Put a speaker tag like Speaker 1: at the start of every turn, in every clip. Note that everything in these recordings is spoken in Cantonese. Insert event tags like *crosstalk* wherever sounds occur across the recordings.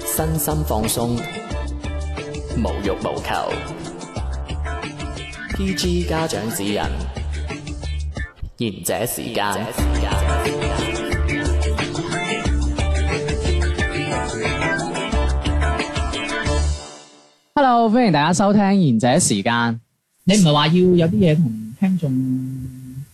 Speaker 1: 身心放鬆，無欲無求。PG 家長指引，賢者時間。
Speaker 2: Hello，歡迎大家收聽賢者時間。
Speaker 3: 你唔係話要有啲嘢同聽眾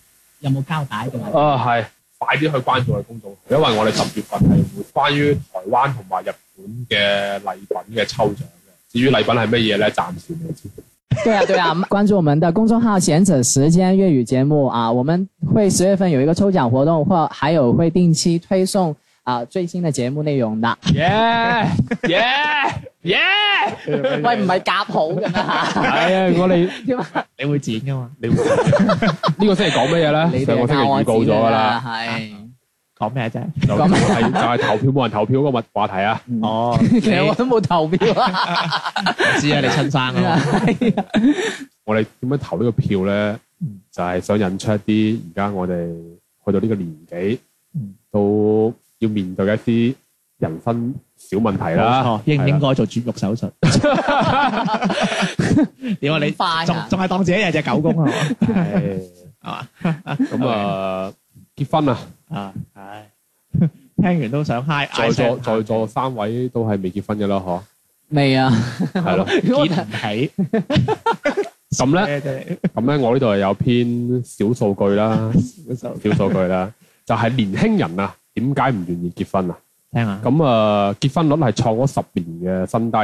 Speaker 3: 有冇交代嘅嘛？
Speaker 4: 啊，係快啲去關注我哋公眾號，因為我哋十月份係會關於台灣同埋日本嘅禮品嘅抽獎嘅。至於禮品係乜嘢咧，暫時未知。
Speaker 2: 對啊，對啊，關注我們的公眾號“賢者時間粵語節目”啊，我們會十月份有一個抽獎活動，或還有會定期推送啊最新的節目內容的。
Speaker 4: 耶耶耶！
Speaker 2: 喂，唔係夾好嘅咩嚇？
Speaker 4: 係啊，我哋
Speaker 2: 點啊？
Speaker 3: 你會剪噶嘛？
Speaker 4: 你會 *laughs* 呢個星期講乜嘢咧？
Speaker 2: 啊
Speaker 4: 上個星期預告咗㗎啦，，
Speaker 2: 係。
Speaker 3: 講咩啫？
Speaker 4: 就就係就係投票冇人投票嗰個話題啊。
Speaker 3: *laughs* 哦，
Speaker 2: 其實我都冇投票啊。
Speaker 3: 知啊，你親生啊嘛。 *laughs*
Speaker 4: 我哋點樣投呢個票咧？就係想引出一啲而家我哋去到呢個年紀
Speaker 3: 嗯，
Speaker 4: 都要面對一啲人生小問題啦
Speaker 3: 冇錯。應唔應
Speaker 4: 係啦
Speaker 3: 該做絕育手 *laughs* 術？點啊？你
Speaker 2: 咁快啊
Speaker 3: 仲仲係當自己係隻狗公啊？ *laughs*
Speaker 4: 係
Speaker 3: 係嘛？
Speaker 4: 咁啊，結婚啊，
Speaker 3: 啊，唉，聽完都想嗨。
Speaker 4: 在
Speaker 3: 嗌聲
Speaker 4: 座在座三位都係未結婚嘅啦， *laughs* 嗬，
Speaker 2: 未啊？
Speaker 4: 係咯。
Speaker 3: 見唔起
Speaker 4: 咁
Speaker 3: 咩
Speaker 4: 咧，
Speaker 3: 啫？
Speaker 4: 咁咧，我呢度係有篇小數據啦， *laughs* 小數據啦，就係年輕人啊，點解唔願意結婚啊？
Speaker 3: 聽下，
Speaker 4: 咁啊，結婚率係創咗十年嘅新低，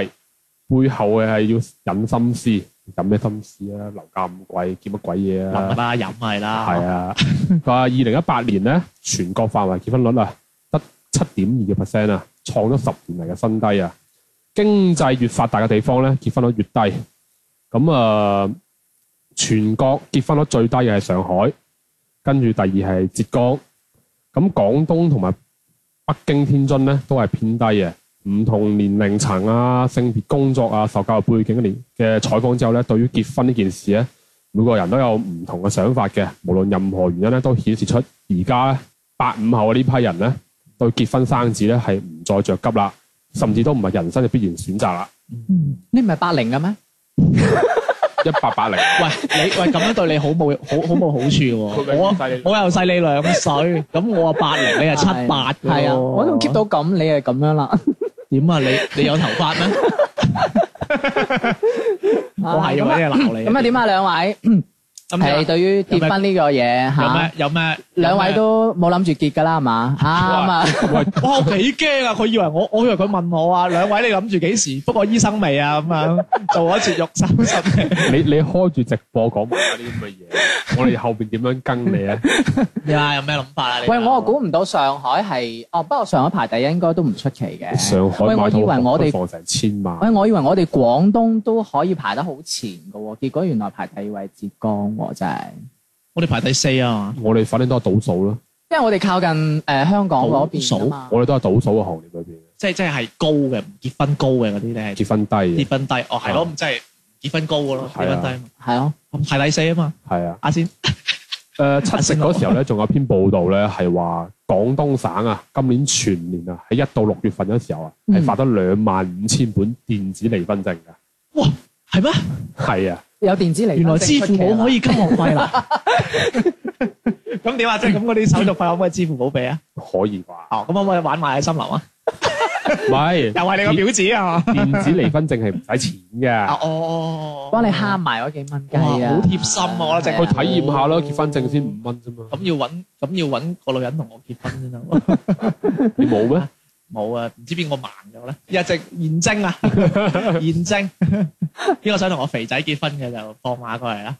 Speaker 4: 背後嘅係要忍心思，忍咩心思啊？樓價咁貴，結乜鬼嘢
Speaker 3: 諗
Speaker 4: 啊？
Speaker 3: 啦，飲係啦。
Speaker 4: 係啊， *laughs* 佢話二零一八年咧，全國範圍結婚率啊，得七點二嘅 percent 啊，創咗十年嚟嘅新低啊。經濟越發達嘅地方咧，結婚率越低。咁啊、呃全國結婚率最低嘅係上海，跟住第二係浙江。咁廣東同埋北京、天津咧都係偏低嘅。唔同年齡層啊、性別、工作啊、受教育背景嘅年嘅採訪之後咧，對於結婚呢件事咧。每個人都有唔同嘅想法嘅，無論任何原因咧，都顯示出而家咧八五後嘅呢批人咧，對結婚生子咧係唔再着急啦，甚至都唔係人生嘅必然選擇啦。
Speaker 2: 你唔係八零嘅咩？
Speaker 4: 一八八零，
Speaker 3: 喂，你喂咁樣對你好冇好好冇好處喎。 *laughs* 我我又細你兩歲，咁我啊八零，你啊七八㗎喎
Speaker 2: 係啊，我都 keep 到咁，你係咁樣啦。
Speaker 3: 點啊？你你有頭髮咩？我
Speaker 2: 咁
Speaker 3: 係
Speaker 2: *laughs*
Speaker 3: 用
Speaker 2: 啊
Speaker 3: 呢嘢鬧你。
Speaker 2: 咁啊點啊兩位？係對於結婚呢個嘢
Speaker 3: 有
Speaker 2: 嚇
Speaker 3: 咩，有咩？
Speaker 2: 兩位都冇諗住結㗎啦係嘛？啱啊！
Speaker 3: 哇！我幾驚啊！佢以為我，我以為佢問我啊，兩位你諗住幾時覆我醫生未啊？咁 *laughs* 樣做咗切肉手 *laughs* 術未？
Speaker 4: 你你開住直播講埋嗰啲咁嘅嘢，我哋後邊點樣跟
Speaker 2: *laughs*
Speaker 4: 你啊？
Speaker 3: 你話有咩諗法啊？
Speaker 2: 喂，我又估唔到上海係哦，不過上海排第一應該都唔出奇嘅。
Speaker 4: 上海
Speaker 2: 喂我
Speaker 4: 買
Speaker 2: 以為
Speaker 4: 套
Speaker 2: 我
Speaker 4: 都
Speaker 2: 哋
Speaker 4: 放成千
Speaker 2: *laughs*
Speaker 4: 萬，
Speaker 2: 喂，我以為我哋廣東都可以排得好前嘅喎，結果原來排第二位浙江喎，真係。
Speaker 3: 我哋排第四啊嘛，
Speaker 4: 我哋反正都係倒數啦，
Speaker 2: 因為我哋靠近誒、呃香港嗰邊啊嘛。
Speaker 4: 我哋都係倒數嘅行業裏邊，
Speaker 3: 即係即係係高嘅，唔結婚高嘅嗰啲咧，
Speaker 4: 結婚低嘅
Speaker 3: 結，婚低哦，係咯，咁即係結婚高嘅咯，結
Speaker 4: 係啊
Speaker 3: 婚低嘛，
Speaker 2: 係咯，
Speaker 3: 排第四啊嘛，
Speaker 4: 係啊。
Speaker 3: 阿先
Speaker 4: 誒、呃七夕嗰時候咧，仲有篇報道咧，係話廣東省啊，今年全年啊，喺一到六月份嗰時候啊，係發咗兩萬五千本電子離婚證㗎。
Speaker 3: 係咩？
Speaker 4: 係啊，
Speaker 2: 有電子離
Speaker 3: 原來
Speaker 2: 婚
Speaker 3: 支
Speaker 2: 證出
Speaker 3: 付
Speaker 2: 奇啦
Speaker 3: 寶可以交學費啦。 *laughs* 咁點啊？即係咁嗰啲手續費可唔可以支付寶俾啊？
Speaker 4: 可以啩？
Speaker 3: 哦，咁可唔可以玩埋喺森林啊？
Speaker 4: 唔係
Speaker 3: 又係你個表姐啊？
Speaker 4: 電子離婚證係唔使錢
Speaker 3: 啊
Speaker 4: 嘅，
Speaker 3: 哦，
Speaker 2: 幫你慳埋嗰幾蚊雞啊！
Speaker 3: 哇好貼心啊我覺得
Speaker 2: 係
Speaker 3: 正
Speaker 4: 去體驗下咯，結婚證先五蚊啫嘛。
Speaker 3: 咁要揾咁要揾個女人同我結婚先 *laughs* 得。
Speaker 4: 你冇咩？
Speaker 3: 冇啊，唔知邊個盲咗咧？一直現征 *laughs* 啊，現征。邊個想同我肥仔結婚嘅就放馬過嚟啦。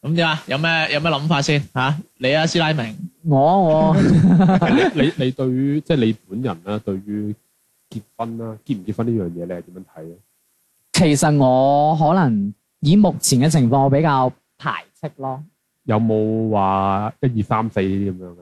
Speaker 3: 咁點啊？有咩有咩諗法先嚇？你啊，師奶明，
Speaker 2: 我我
Speaker 4: 你你你對於即係你本人啦，對於結婚啦，結唔結婚呢樣嘢，你係點樣睇啊咧？
Speaker 2: 其實我可能以目前嘅情況，我比較排斥咯。
Speaker 4: 有冇話一二三四呢啲咁樣㗎？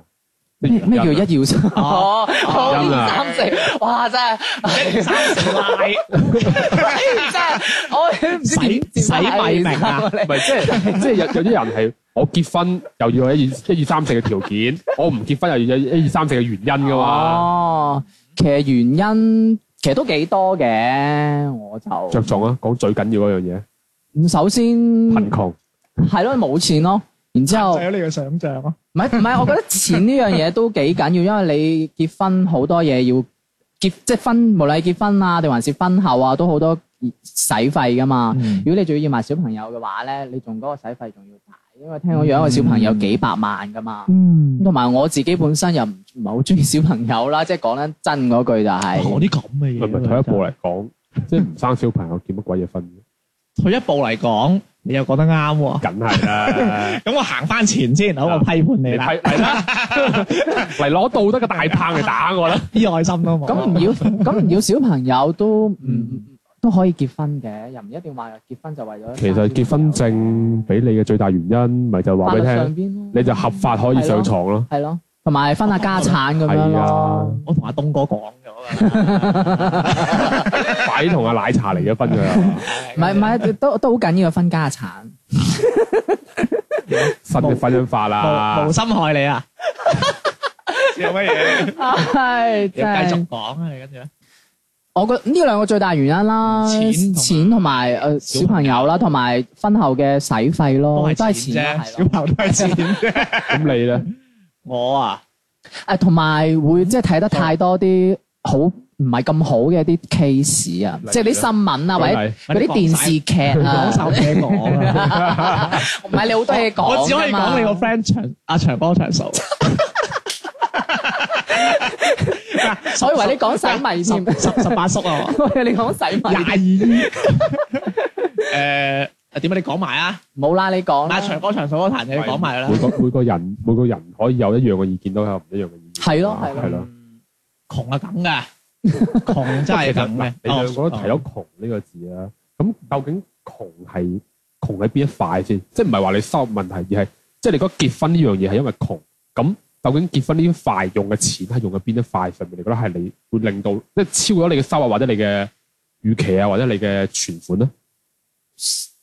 Speaker 4: 即
Speaker 2: 咩
Speaker 4: 係
Speaker 2: 咩叫
Speaker 4: 原因啊
Speaker 2: 一要三？
Speaker 3: 哦
Speaker 2: *laughs* 哦，哦
Speaker 4: 原因啊
Speaker 2: 一三四，哇！真係，
Speaker 3: 一三四 *laughs* 奶，
Speaker 2: 真係，我唔知點
Speaker 3: 洗洗米明啊
Speaker 2: 啊！
Speaker 4: *laughs* 唔係即係即係有有啲人係我結婚又要有一二一二三四嘅條件，我唔結婚又要有一二三四嘅原因噶
Speaker 2: *laughs*
Speaker 4: 嘛，
Speaker 2: 哦，其實原因其實都幾多嘅，我
Speaker 4: 着
Speaker 2: 就
Speaker 4: 重啊，講最緊要嗰樣嘢，
Speaker 2: 咁首先
Speaker 4: 貧窮。
Speaker 2: 係咯，冇錢咯，然之
Speaker 4: *laughs*
Speaker 2: 後。
Speaker 3: 你嘅想啊象咯。
Speaker 2: 唔係唔係，我覺得錢呢樣嘢都幾緊要，因為你結婚好多嘢要結，即係婚，無論係結婚啊定還是婚後啊，都好多使費噶嘛。
Speaker 3: 嗯
Speaker 2: 如果你仲要要埋小朋友嘅話咧，你仲嗰個使費仲要大，因為聽講養一個小朋友
Speaker 4: 嗯
Speaker 2: 幾百萬噶嘛。
Speaker 3: 嗯
Speaker 2: 咁，同埋我自己本身又唔唔係好中意小朋友啦，即係講得真嗰句就係、
Speaker 4: 哦
Speaker 3: 講哦啲咁嘅嘢
Speaker 4: 咪
Speaker 3: 喎。
Speaker 4: 咪退一步嚟講，即係唔生小朋友結乜鬼嘢婚？ *laughs*
Speaker 3: 退一步嚟講，你又講得啱喎。
Speaker 4: 梗係啦，
Speaker 3: 咁我行翻前先，好，我批判你
Speaker 4: 你批
Speaker 3: 啦，
Speaker 4: 係 *laughs* 啦，嚟攞道德嘅大棒嚟打我啦！
Speaker 3: 啲愛心都冇。
Speaker 2: 咁唔
Speaker 4: *laughs*
Speaker 2: 要咁唔要小朋友都唔、
Speaker 4: 嗯
Speaker 2: 都可以結婚嘅，又唔一定話結婚就為咗
Speaker 4: 其實結婚證俾你嘅最大原因，咪就話
Speaker 2: 法
Speaker 4: 俾
Speaker 2: 律
Speaker 4: 你
Speaker 2: 上
Speaker 4: 聽，
Speaker 2: 邊咯
Speaker 4: 你就合法可以上床 *laughs* 咯。
Speaker 2: 系咯，同埋分下家產咁樣
Speaker 4: 係啊
Speaker 2: 咯。
Speaker 3: 我同阿東哥講咗 *laughs* 啦，
Speaker 4: 快啲同阿奶茶離咗婚㗎啦，
Speaker 2: 唔係唔係，都都好緊要分家產。
Speaker 4: 新嘅婚姻法啦
Speaker 3: 無無，心害你 *laughs* 啊！有乜嘢？
Speaker 2: 係
Speaker 3: 繼續講啊！你跟住咧，
Speaker 2: 我覺得呢兩個最大原因啦，
Speaker 3: 錢
Speaker 2: 錢
Speaker 3: 同埋
Speaker 2: 同埋诶小朋友啦，同埋婚後嘅使費
Speaker 3: 都
Speaker 2: 咯，都係
Speaker 3: 係
Speaker 2: 錢
Speaker 3: 錢
Speaker 2: 啦
Speaker 3: 啫，
Speaker 2: 係
Speaker 3: 小
Speaker 2: 咯。
Speaker 3: 朋友都 *laughs* 係錢啫。
Speaker 4: 咁你咧
Speaker 3: 我啊，
Speaker 2: 誒，同埋會即係睇得太多啲好唔係咁好嘅啲 case 啊
Speaker 4: 例，如
Speaker 2: 即係啲新聞啊，或者
Speaker 4: 舉例
Speaker 2: 嗰啲電視劇啊
Speaker 3: *laughs* 講，手嘢講啊，
Speaker 2: 唔係你好多嘢講㗎嘛
Speaker 3: *laughs* 我只可以講你個 friend 長阿長哥 *laughs* 長嫂。
Speaker 2: 所以話你講洗米添，
Speaker 3: 十十八叔 *laughs* 啊，
Speaker 2: 我以為 *laughs* 你講洗
Speaker 3: 廿
Speaker 2: 米，
Speaker 3: 二姨。 *laughs* 誒點解你講埋啊？
Speaker 2: 冇啦，你講啦
Speaker 3: 阿。長哥長嫂嗰壇嘢你講埋啦
Speaker 4: 每。個每個人每個人可以有一樣嘅意見，都有唔一樣嘅意見。啊
Speaker 2: 係咯係咯
Speaker 4: 係咯。
Speaker 3: 窮啊梗嘅，窮真 *laughs* 係咁嘅。
Speaker 4: 你兩個都提
Speaker 3: 哦
Speaker 4: 到窮呢個字啦，咁究竟窮係窮喺邊一塊先？即係唔係話你收入問題，而係即係你覺得結婚呢樣嘢係因為窮。咁究竟結婚呢一塊用嘅錢係用喺邊一塊上面？你覺得係你會令到即係超咗你嘅收入或者你嘅預期啊，或者你嘅存款咧？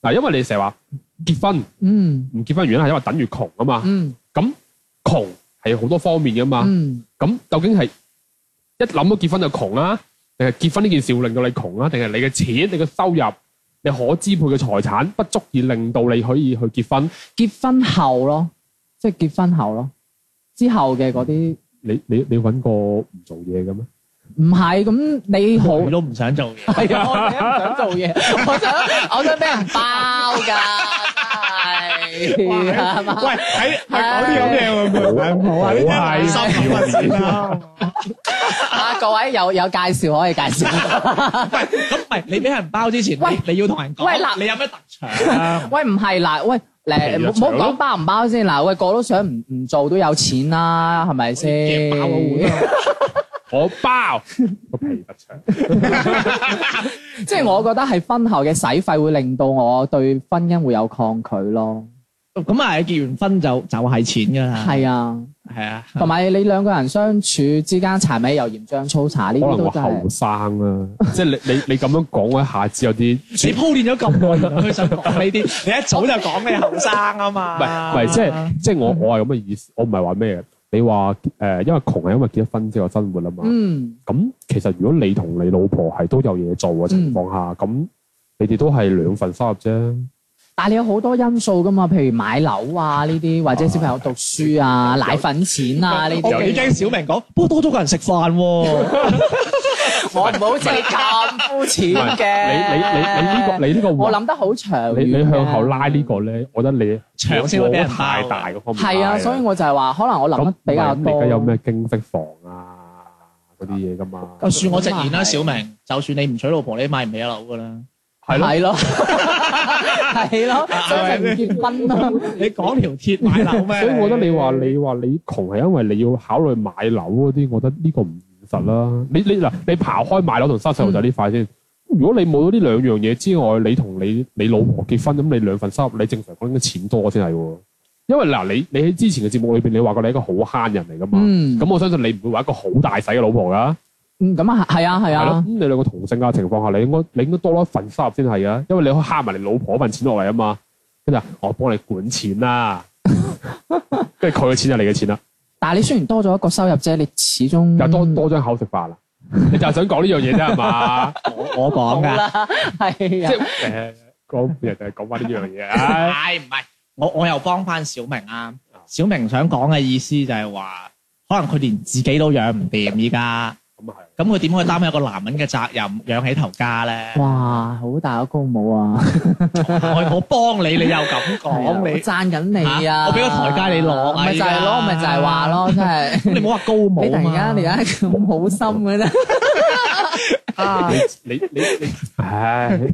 Speaker 4: 嗱，因為你成日話結婚
Speaker 2: 嗯
Speaker 4: 唔結婚原因係因為等於窮啊嘛。
Speaker 2: 嗯
Speaker 4: 咁窮係好多方面噶嘛。
Speaker 3: 啊
Speaker 2: 嗯。
Speaker 4: 咁究竟係一諗到結婚就窮啦，定係結婚呢件事會令到你窮啊啦，定係你嘅錢、你嘅收入、你可支配嘅財產不足以令到你可以去結婚？
Speaker 2: 結婚後咯，即係結婚後咯，之後嘅嗰啲
Speaker 4: 你你你揾個唔做嘢嘅咩？
Speaker 2: 唔係咁你好
Speaker 3: 佢都唔想做嘢。
Speaker 2: 係啊，我唔想做嘢，我想我想俾人包㗎，真係啊係嘛
Speaker 3: 喂，
Speaker 2: *laughs*
Speaker 3: 喺喺講啲咁嘢會唔會唔好啊？呢
Speaker 4: 好
Speaker 3: 啲心諗先啦。
Speaker 2: 啊各位有有介紹可以介紹，
Speaker 3: 喂，咁唔係你俾人包之前，
Speaker 2: 喂
Speaker 3: 你你要同人
Speaker 2: 喂嗱
Speaker 3: 講，你有咩特長啊？
Speaker 2: 喂唔係嗱喂。誒
Speaker 4: 其實
Speaker 2: 唔好講包唔包先嗱，喂個都想唔唔做都有錢啦，係咪先？
Speaker 3: 夾包個碗啊
Speaker 4: 我包個皮特長，
Speaker 2: *laughs* 即係我覺得係婚後嘅使費會令到我對婚姻會有抗拒咯。
Speaker 3: *laughs* 咁啊，結完婚就就係錢㗎啦。
Speaker 2: 係啊。
Speaker 3: 係啊，
Speaker 2: 同埋你兩個人相處之間，柴米油鹽醬醋茶呢
Speaker 4: 可
Speaker 2: 啲
Speaker 4: 能
Speaker 2: 都
Speaker 4: 我
Speaker 2: 真
Speaker 4: 後
Speaker 2: 係
Speaker 4: 生啦，即係你你你咁樣講，我一下子有啲
Speaker 3: 你鋪墊咗咁耐，原來佢想講
Speaker 2: *laughs*
Speaker 3: 呢啲，你一早就講你後生啊 *laughs*
Speaker 4: 唔
Speaker 3: 嘛。
Speaker 4: 係唔係，即係即係我我係咁嘅意思，我唔係話咩嘅。你話誒、呃因為窮係因為結咗婚之後生活啊嘛。
Speaker 2: 嗯
Speaker 4: 咁其實如果你同你老婆係都有嘢做
Speaker 2: 嗯
Speaker 4: 嘅情況下，咁、你哋都係兩份收入啫。
Speaker 2: 但係你有好多因素噶嘛，譬如買樓啊呢啲，或者小朋友讀書啊、奶粉錢啊呢
Speaker 3: 我幾
Speaker 2: 啲，
Speaker 3: 驚小明講，不過多咗個人食飯 *laughs* 喎。
Speaker 2: 我唔好似你咁膚淺
Speaker 4: 唔係你你你你呢、個你呢個
Speaker 2: 我
Speaker 4: 話
Speaker 2: 諗得好長遠
Speaker 4: 你你向後拉呢
Speaker 2: 個
Speaker 4: 個咧，我覺得你
Speaker 3: 長先會俾人爆
Speaker 4: 太大嗰方面。
Speaker 2: 係啊，所以我就係話，可能我諗得比較
Speaker 4: 咁唔係咁你而
Speaker 2: 多。
Speaker 4: 家有咩經適房啊嗰啲嘢噶嘛？
Speaker 3: 就算我直言
Speaker 2: 咁啊
Speaker 3: 啦，
Speaker 2: 係
Speaker 3: 小明，就算你唔娶老婆，你買唔起一樓噶啦。 *laughs*
Speaker 4: 係咯，
Speaker 2: 係咯，係咯，所以咪唔結婚咯。
Speaker 3: 你講條鐵買樓咩？
Speaker 4: 所以我覺得你話你話你窮係因為你要考慮買樓嗰啲，我覺得呢個唔現實啦。你你嗱，你刨開買樓同生細路仔呢塊先。如果你冇咗呢兩樣嘢之外，你同你你老婆結婚，咁你兩份收入，你正常講應該錢多先係喎。因為嗱，你你喺之前嘅節目裏邊，你話過你係一個好慳人嚟噶嘛。
Speaker 2: 嗯
Speaker 4: 咁我相信你唔會話一個好大使嘅老婆噶，
Speaker 2: 嗯，咁啊，係啊，係
Speaker 4: 係咯。
Speaker 2: 啊
Speaker 4: 咁，你兩個同性嘅情況下，你應該你應該多咗一份啊哦
Speaker 2: *laughs*
Speaker 4: 收入先係噶，因為你可以慳埋你老婆份錢落嚟啊嘛。跟住話我幫你管錢啦，跟住佢嘅錢就係你嘅錢啦，
Speaker 2: 但係你雖然多咗一個收入啫，你始終
Speaker 4: 又多多張口
Speaker 2: *laughs*
Speaker 4: 食飯啦。啊你就係想講呢樣嘢啫係嘛？
Speaker 3: 我講
Speaker 2: 冇
Speaker 3: 噶，
Speaker 2: 啦，係
Speaker 4: 即
Speaker 2: 啊，
Speaker 4: 係誒，講人就係講翻呢樣嘢。唉
Speaker 3: 唉，唔係，我我又幫翻小明啊。小明想講嘅意思就係話，可能佢連自己都養唔掂依家，
Speaker 4: 咁啊係。
Speaker 3: 咁佢點可以擔起一個男人嘅責任養起頭家咧？
Speaker 2: 哇，好大個高帽啊！
Speaker 3: 我我幫你，你又
Speaker 2: *laughs*
Speaker 3: 咁講
Speaker 2: 我
Speaker 3: 你，
Speaker 2: 讚緊你啊！
Speaker 3: 嚇我俾個台階你攞啊
Speaker 2: 咪就係
Speaker 3: 而
Speaker 2: 咯，
Speaker 3: 家
Speaker 2: 咪就係話咯，真係。
Speaker 3: 咁你唔好話高帽
Speaker 2: 你突
Speaker 3: 啊嘛
Speaker 2: 然間你而家咁好心
Speaker 3: *laughs*
Speaker 2: 嘅啫，
Speaker 3: 啊
Speaker 4: 你你你，唉，你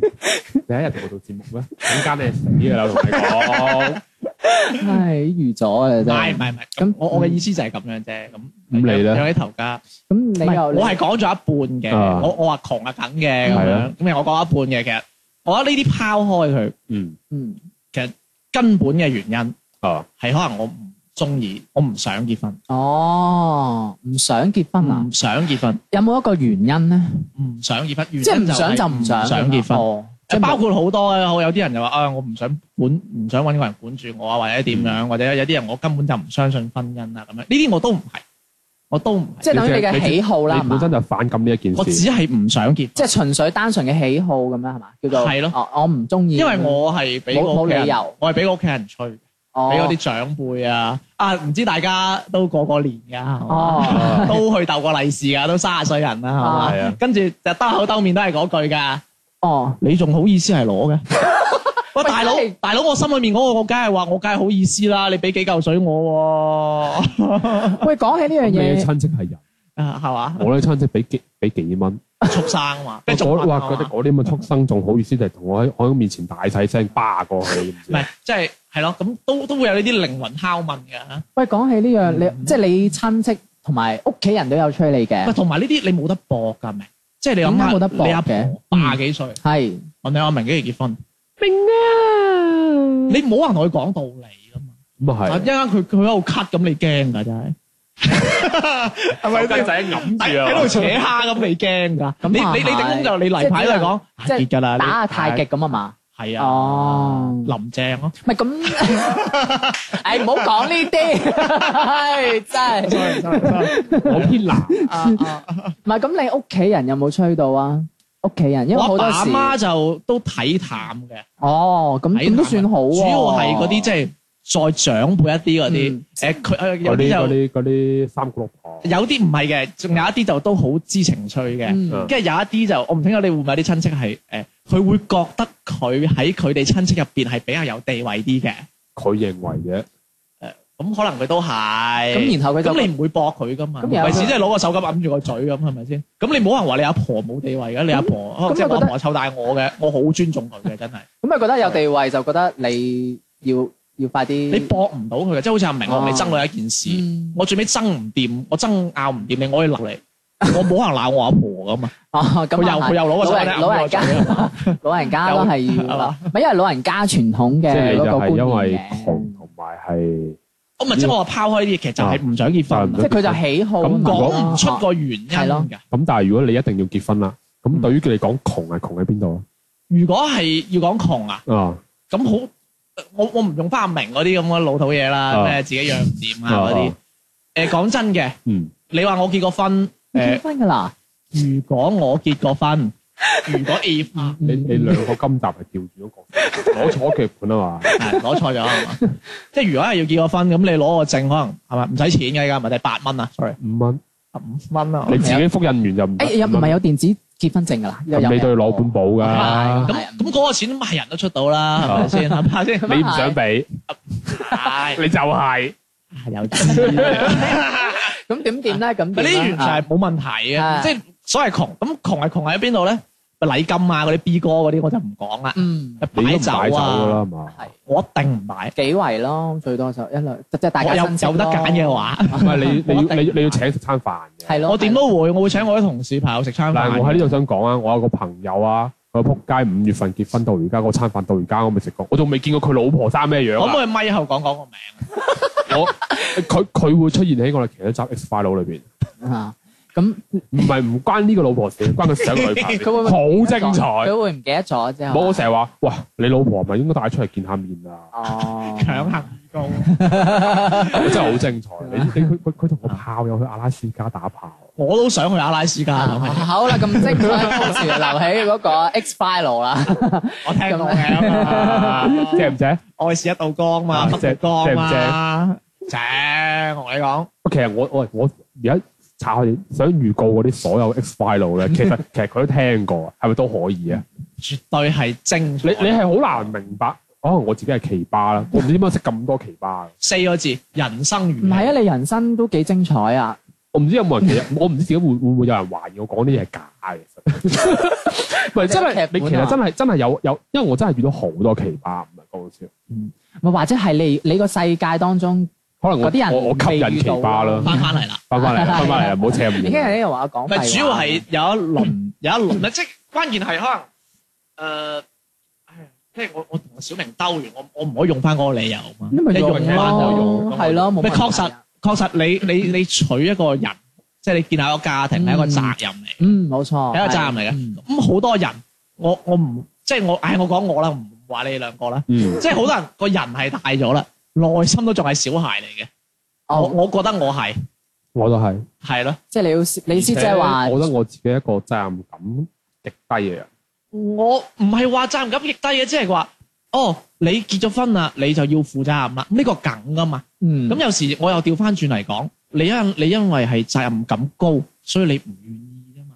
Speaker 4: 你喺日度做節目咩？咁間你死㗎啦，我同你講，
Speaker 2: 唉預咗啊真
Speaker 3: 唔
Speaker 2: 係
Speaker 3: 係唔。係唔係，
Speaker 2: 咁
Speaker 3: 咁我我嘅意思就係咁樣啫，咁
Speaker 4: 唔理啦
Speaker 3: 養起頭家。
Speaker 2: 咁你
Speaker 3: 唔係
Speaker 2: 又
Speaker 3: 我係講咗一半
Speaker 4: 啊
Speaker 3: 嘅，我我話窮啊梗嘅咁
Speaker 4: 係啊
Speaker 3: 樣，咁我講一半嘅，其實我覺得呢啲拋開佢
Speaker 4: 嗯
Speaker 2: 嗯
Speaker 3: 根本嘅原因
Speaker 4: 啊，
Speaker 3: 係可能我唔中意，我唔想結婚，
Speaker 2: 哦，唔想結婚啊？
Speaker 3: 唔想結婚，
Speaker 2: 有冇一個原因咧？
Speaker 3: 唔想結婚，原因
Speaker 2: 即係唔
Speaker 3: 係
Speaker 2: 想就唔想，
Speaker 3: 想結婚。
Speaker 2: 婚，即係
Speaker 3: 即係包
Speaker 2: 包
Speaker 3: 括好多嘅，我有啲人就話啊，我唔想管，唔想揾個人管住我啊，或者點樣，
Speaker 2: 嗯
Speaker 3: 或者有啲人我根本就唔相信婚姻啊咁樣，呢啲我都唔係，我都唔
Speaker 2: 即
Speaker 3: 係，
Speaker 2: 係等於你嘅喜好啦，係
Speaker 4: 你本
Speaker 2: 嘛
Speaker 4: 身就反感呢一件
Speaker 3: 我只
Speaker 4: 事，
Speaker 3: 係唔想結
Speaker 2: 即係純粹單純嘅喜好咁樣係嘛？叫做
Speaker 3: 係咯
Speaker 2: 哦我唔中意，
Speaker 3: 因為我係俾
Speaker 2: 冇
Speaker 3: 我屋企
Speaker 2: 冇
Speaker 3: 人
Speaker 2: 理由，
Speaker 3: 我係俾我屋企人催。
Speaker 2: 哦
Speaker 3: 俾嗰啲長輩啊，啊唔知大家都過過年㗎，係 *laughs* 嘛
Speaker 2: 哦
Speaker 3: 都去鬥過利是㗎，都三十歲人啦，係嘛？
Speaker 4: 係啊
Speaker 3: 跟住就兜口兜面都係嗰句㗎，
Speaker 2: 哦，
Speaker 3: 你仲好意思係攞
Speaker 2: *laughs*
Speaker 3: 嘅？
Speaker 2: 喂
Speaker 3: 喂，大佬
Speaker 2: 真係，
Speaker 3: 大佬，我心裏面嗰個，我梗係話，我梗係好意思啦，你俾幾嚿水
Speaker 2: *laughs*
Speaker 3: 我喎，
Speaker 2: 喂，講起呢樣
Speaker 4: 你嘅
Speaker 2: 嘢，
Speaker 4: 親戚係人，
Speaker 3: 啊係嘛？
Speaker 4: 我啲親戚俾幾俾幾蚊，
Speaker 3: 畜生啊嘛，
Speaker 4: 我
Speaker 3: 俾族
Speaker 4: 嗰
Speaker 3: 民啊
Speaker 4: 哇覺得
Speaker 3: 嘛，
Speaker 4: 嗰啲咁嘅畜生仲好意思，就係同我喺我喺面前大細聲巴過去，你知唔
Speaker 3: 唔
Speaker 4: 知
Speaker 3: 係即係係咯，咁都都會有呢啲靈魂拷問㗎。
Speaker 2: 喂，講起呢樣，你即係你親戚同埋屋企人都有催你
Speaker 3: 喂，
Speaker 2: 嘅，
Speaker 3: 同埋呢啲你冇得搏㗎，明？即係你
Speaker 2: 點
Speaker 3: 諗
Speaker 2: 解
Speaker 3: 下，
Speaker 2: 冇得搏
Speaker 3: 你阿
Speaker 2: 嘅
Speaker 3: 婆八十幾歲，
Speaker 2: 係
Speaker 3: 問你阿明幾時結婚？
Speaker 2: 明啊，
Speaker 3: 你冇人同佢講道理噶嘛？
Speaker 4: 咁啊
Speaker 3: 一
Speaker 4: 係，
Speaker 3: 陣間佢佢喺度咳咁，你驚㗎真係，係咪
Speaker 4: 手仔揞
Speaker 3: 喺喺度扯蝦咁，你驚㗎？
Speaker 2: 咁
Speaker 3: 你
Speaker 2: 啊
Speaker 3: 你
Speaker 2: 係
Speaker 3: 你頂公就你例牌都係講啊
Speaker 2: 即係
Speaker 3: 結㗎啦，你
Speaker 2: 打下太極咁啊嘛，
Speaker 3: *laughs* 係啊
Speaker 2: 哦，
Speaker 3: 林鄭咯，
Speaker 2: 唔係咁，唉，唔好講呢啲，唉，真係。
Speaker 4: 我偏男，
Speaker 2: 啊啊！唔係咁，你屋企人有冇吹到啊？屋企人，因為
Speaker 3: 我
Speaker 2: 好多
Speaker 3: 阿爸阿
Speaker 2: 時
Speaker 3: 媽就都睇淡嘅，
Speaker 2: 哦，咁
Speaker 3: 睇
Speaker 2: 咁
Speaker 3: 淡啊
Speaker 2: 都算好
Speaker 3: 主
Speaker 2: 喎。
Speaker 3: 要係嗰啲即係再長輩一啲嗰啲
Speaker 2: 嗯，
Speaker 3: 誒佢誒有
Speaker 4: 嗰
Speaker 3: 啲
Speaker 4: 啲嗰
Speaker 3: 就
Speaker 4: 啲嗰啲三姑六婆，
Speaker 3: 有啲唔係嘅，仲有一啲就都好知情趣嘅。
Speaker 2: 嗯
Speaker 3: 跟住有一啲就我唔清楚你會唔會有啲親戚係誒，呃佢、會覺得佢喺佢哋親戚入邊係比較有地位啲嘅，
Speaker 4: 佢認為嘅，
Speaker 3: 咁可能佢都係。
Speaker 2: 咁，然後佢就
Speaker 3: 咁你唔會駁佢噶嘛？
Speaker 2: 咁又
Speaker 3: 咪只即係攞個手巾揞住個嘴咁係咪先？咁你冇人話你阿婆冇地位嘅，你阿婆
Speaker 2: 咁
Speaker 3: 哦即係
Speaker 2: 我覺
Speaker 3: 我阿
Speaker 2: 得
Speaker 3: 婆湊大我嘅，我好尊重佢嘅，真係
Speaker 2: 咁咪覺得有地位就覺得你要要快啲。
Speaker 3: 你駁唔到佢嘅，即係好似阿明我同你爭論一件事，
Speaker 2: 哦嗯
Speaker 3: 我最尾爭唔掂，我爭拗唔掂你，我可以鬧
Speaker 2: *laughs*
Speaker 3: 你。我冇可能鬧我阿婆噶嘛，
Speaker 2: 哦，咁
Speaker 3: 佢又
Speaker 2: 啊
Speaker 3: 佢又攞個手
Speaker 2: 老
Speaker 3: 巾
Speaker 2: 人
Speaker 3: 揞
Speaker 2: 老
Speaker 3: 住個
Speaker 2: 人
Speaker 3: 嘴
Speaker 2: 家
Speaker 3: 啊嘛，
Speaker 2: 老人家都係要
Speaker 3: 係
Speaker 2: 啦
Speaker 3: 嘛，
Speaker 2: 咪因為老人家傳統
Speaker 4: 即
Speaker 2: 嘅
Speaker 4: 係
Speaker 2: 嗰
Speaker 4: 你就
Speaker 2: 個
Speaker 4: 係因
Speaker 2: 觀
Speaker 4: 為
Speaker 2: 念嘅
Speaker 4: 窮，同埋係
Speaker 3: 我啊咪即係我話拋開呢啲，其實就係唔想結婚
Speaker 4: 就
Speaker 2: 即
Speaker 4: 係
Speaker 2: 係佢就喜好
Speaker 4: 咁
Speaker 2: 嘛
Speaker 3: 講唔出個原因
Speaker 2: 哦係咯
Speaker 3: 㗎。
Speaker 4: 咁，但係如果你一定要結婚啦，咁
Speaker 3: 嗯
Speaker 4: 對於佢嚟講，窮係窮喺邊度
Speaker 3: 如果係要講窮啊，
Speaker 4: 啊？啊，
Speaker 3: 咁好，我我唔用花明嗰啲咁嘅老土嘢啦，
Speaker 4: 啊
Speaker 3: 咩自己養唔掂啊
Speaker 4: 啊
Speaker 3: 嗰啲。誒講真嘅，
Speaker 4: 嗯。
Speaker 3: 你話我結過 *laughs* 婚，
Speaker 2: 結
Speaker 3: 誒
Speaker 2: 婚㗎啦，
Speaker 3: 如果我結過 *laughs* 婚，如果 if 啊
Speaker 4: 你你兩個金集係調轉咗角色，攞錯劇本啊嘛，
Speaker 3: 係攞錯咗係嘛？ *laughs* 即係如果係要結過婚，咁你攞個證可能係咪唔使錢㗎？依家咪第八蚊啊，sorry，
Speaker 4: 五蚊，
Speaker 3: 五蚊啊
Speaker 4: 你自己複印完
Speaker 2: 誒
Speaker 4: 就唔
Speaker 2: 又唔係
Speaker 4: 有，
Speaker 2: 有電子結婚證㗎啦，又有
Speaker 4: 咁你都要攞本簿
Speaker 2: 係
Speaker 4: 㗎，
Speaker 3: 咁咁嗰個錢咪人都出到啦，係咪先？ *laughs* 係咪先？
Speaker 2: 咁
Speaker 4: 你唔想俾， *laughs*
Speaker 3: 係 *laughs*
Speaker 4: 你就係
Speaker 3: 有錢。
Speaker 2: 咁點點咧？咁點
Speaker 3: 咪呢啲
Speaker 2: 呢
Speaker 3: 完全係冇問題
Speaker 2: 啊
Speaker 3: 嘅，即係所謂窮。咁窮係窮喺邊度咧？咪禮金啊，嗰啲 B 哥嗰啲我就唔講啦。
Speaker 2: 嗯。
Speaker 4: 你都
Speaker 3: 擺
Speaker 4: 唔
Speaker 3: 酒
Speaker 4: 買酒㗎啦，
Speaker 3: 啊，
Speaker 4: 係嘛？
Speaker 3: 我一定唔買。
Speaker 2: 幾圍咯，最多就一兩，即係大
Speaker 3: 我
Speaker 2: 家
Speaker 3: 有有
Speaker 2: 親戚咯
Speaker 3: 得揀嘅，話，
Speaker 4: 唔
Speaker 2: *laughs*
Speaker 4: 係你你
Speaker 3: 我一
Speaker 4: 要
Speaker 3: 定
Speaker 4: 你
Speaker 3: 唔
Speaker 4: 要
Speaker 3: 買
Speaker 4: 你要請食餐飯嘅。
Speaker 2: 係咯，
Speaker 3: 我點都會，我會請我啲同事朋友食餐
Speaker 4: 嗱，
Speaker 3: 飯。
Speaker 4: 我喺呢度想講啊，我有個朋友啊，佢仆街五月份結婚到而家，嗰餐飯到而家我未食過，我仲未見過佢老婆生咩樣
Speaker 3: 可唔
Speaker 4: 啊！
Speaker 3: 可以咪後講講個名？
Speaker 4: 我佢佢會出現喺我哋其中一集 X File 裏邊，
Speaker 2: 係咯啊。咁
Speaker 4: 唔係唔關呢個老婆事，關佢上女朋
Speaker 2: *laughs* 佢會唔
Speaker 4: 友
Speaker 2: 會
Speaker 4: 好精彩。
Speaker 2: 佢會唔記得咗之
Speaker 4: 冇
Speaker 2: 後
Speaker 4: 我
Speaker 2: 啊？
Speaker 4: 成日話，哇！你老婆咪應該帶出嚟見下面啊，
Speaker 2: 哦，
Speaker 3: 強行預告，
Speaker 4: 真係好精彩。你你佢佢佢同個炮友去阿拉斯加打炮，
Speaker 3: 我都想去阿拉斯
Speaker 2: 啊
Speaker 3: 加，咁係
Speaker 2: 好啦，咁精彩故事留起嗰個 X file 啦，
Speaker 3: 我聽到嘅啊
Speaker 2: *laughs*
Speaker 4: *laughs*
Speaker 3: 嘛，
Speaker 4: 正唔正？
Speaker 3: 愛是一道光嘛，
Speaker 4: 啊
Speaker 3: 不道光
Speaker 4: 正正唔
Speaker 3: 嘛，正我同你講，
Speaker 4: 其實我我我而家查佢哋想預告嗰啲所有 X file 咧，其實 *laughs* 其實佢都聽過，係咪都可以啊？
Speaker 3: 絕對係精
Speaker 4: 你
Speaker 3: 彩。
Speaker 4: 你係好難明白，可能我自己係奇葩啦，我唔知點解識咁多奇葩嘅。
Speaker 3: 四個字，人生
Speaker 2: 唔
Speaker 3: 如
Speaker 2: 係
Speaker 3: 戲
Speaker 2: 啊，你人生都幾精彩啊！
Speaker 4: 我唔知有冇人
Speaker 2: *laughs*
Speaker 4: 其實，我唔知自己會會唔會有人懷疑我講啲嘢係假嘅。其
Speaker 2: *laughs* 你有劇本啊
Speaker 4: 實唔係真係，你其實真係真係有有，因為我真係遇到好多奇葩，唔係講笑。
Speaker 2: 咪或者係你你個世界當中，
Speaker 4: 可能我
Speaker 2: 嗰啲人
Speaker 4: 我我吸引
Speaker 2: 啊
Speaker 4: 奇葩啦，
Speaker 3: 翻返嚟啦。
Speaker 2: *laughs*
Speaker 4: 翻翻嚟啦，翻翻嚟啦，唔好扯咁
Speaker 2: 已經係
Speaker 4: 遠。
Speaker 2: 呢個話講
Speaker 3: 唔
Speaker 2: 廢話
Speaker 3: 係主要係有一輪有一輪咧，即係關鍵係可能誒、呃唉即係我我同小明兜完，我我唔可以用翻嗰個理由嘛。
Speaker 2: 你咪
Speaker 3: 一
Speaker 2: 用
Speaker 3: 樣翻就用
Speaker 2: 咯，係咯，冇
Speaker 3: 咪
Speaker 2: 問題啊
Speaker 3: 確實確實你你你娶一個人，即係你建立一個家庭係一個責任嚟，
Speaker 2: 嗯，冇錯，
Speaker 3: 係一個責任嚟
Speaker 2: 嗯
Speaker 3: 嘅。咁好多人，我我唔即係我，唉，我講我啦，唔話你哋兩個啦。
Speaker 4: 嗯，
Speaker 3: 即係好多人個人係大咗啦，內心都仲係小孩嚟嘅。我
Speaker 2: 哦，
Speaker 3: 我覺得我係
Speaker 4: 我都係。
Speaker 3: 係咯，
Speaker 2: 即係你要，你意思即係話
Speaker 4: 而且，我覺得我自己一個責任感極低啊嘅人。
Speaker 3: 我唔係話責任感極低嘅，即係話哦，你結咗婚啦，你就要負責任啦。呢個梗噶嘛。
Speaker 2: 嗯，
Speaker 3: 咁有時我又調翻轉嚟講，你因你因為係責任感高，所以你唔願意啫嘛。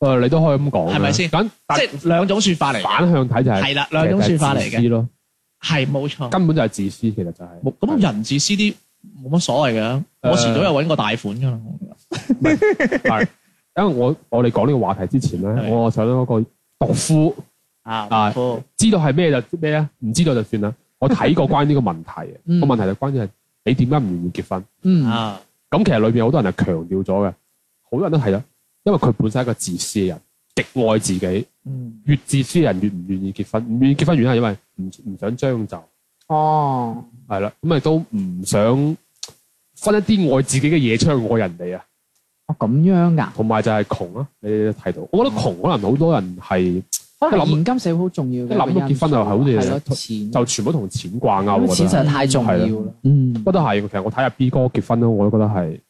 Speaker 4: 誒，哦你都可以咁講嘅，
Speaker 3: 係咪先
Speaker 4: 咁但
Speaker 3: 即係兩種説法嚟嘅，
Speaker 4: 反向睇就係
Speaker 3: 係啦，兩種説法嚟
Speaker 4: 其實就係自
Speaker 3: 嘅，
Speaker 4: 私咯，
Speaker 3: 係冇錯。
Speaker 4: 根本就係自私，其實就係。
Speaker 3: 冇咁人自私啲冇乜所謂嘅，我
Speaker 4: 誒
Speaker 3: 遲早又揾個大款㗎啦。
Speaker 4: 係，因為我我哋講呢個話題之前咧，
Speaker 3: 係
Speaker 4: 我想嗰個毒夫
Speaker 3: 啊，
Speaker 4: 啊
Speaker 3: 唔錯
Speaker 4: 知道係咩就咩啊，唔知道就算啦。我睇過關於呢個問題
Speaker 3: *laughs*
Speaker 4: 嘅，
Speaker 2: 嗯
Speaker 4: 個問題就關於係你點解唔願意結婚？
Speaker 2: 嗯
Speaker 3: 啊，
Speaker 4: 咁其實裏邊好多人係強調咗嘅，好多人都係啦，因為佢本身係一個自私嘅人，極愛自己，
Speaker 3: 嗯，
Speaker 4: 越自私嘅人越唔願意結婚，唔願意結婚原因係因為唔唔想將就，
Speaker 2: 哦，
Speaker 4: 係啦，咁亦都唔想分一啲愛自己嘅嘢出去愛人哋啊。
Speaker 2: 哦咁樣噶，
Speaker 4: 同埋就係窮啦，你哋都睇到。
Speaker 3: 嗯
Speaker 4: 我覺得窮可能好多人係
Speaker 2: 可能
Speaker 4: 一諗
Speaker 2: 現今社會好重要嘅
Speaker 4: 一諗到結婚就係好似
Speaker 2: 係咯錢，
Speaker 4: 就全部同錢掛鈎，
Speaker 2: 因為
Speaker 4: 我覺
Speaker 2: 錢實
Speaker 4: 得。
Speaker 2: 在太重要
Speaker 4: 係
Speaker 2: 啦，
Speaker 3: 啊
Speaker 2: 嗯
Speaker 4: 不過都係，其實我睇下 B 哥結婚咧，我都覺得係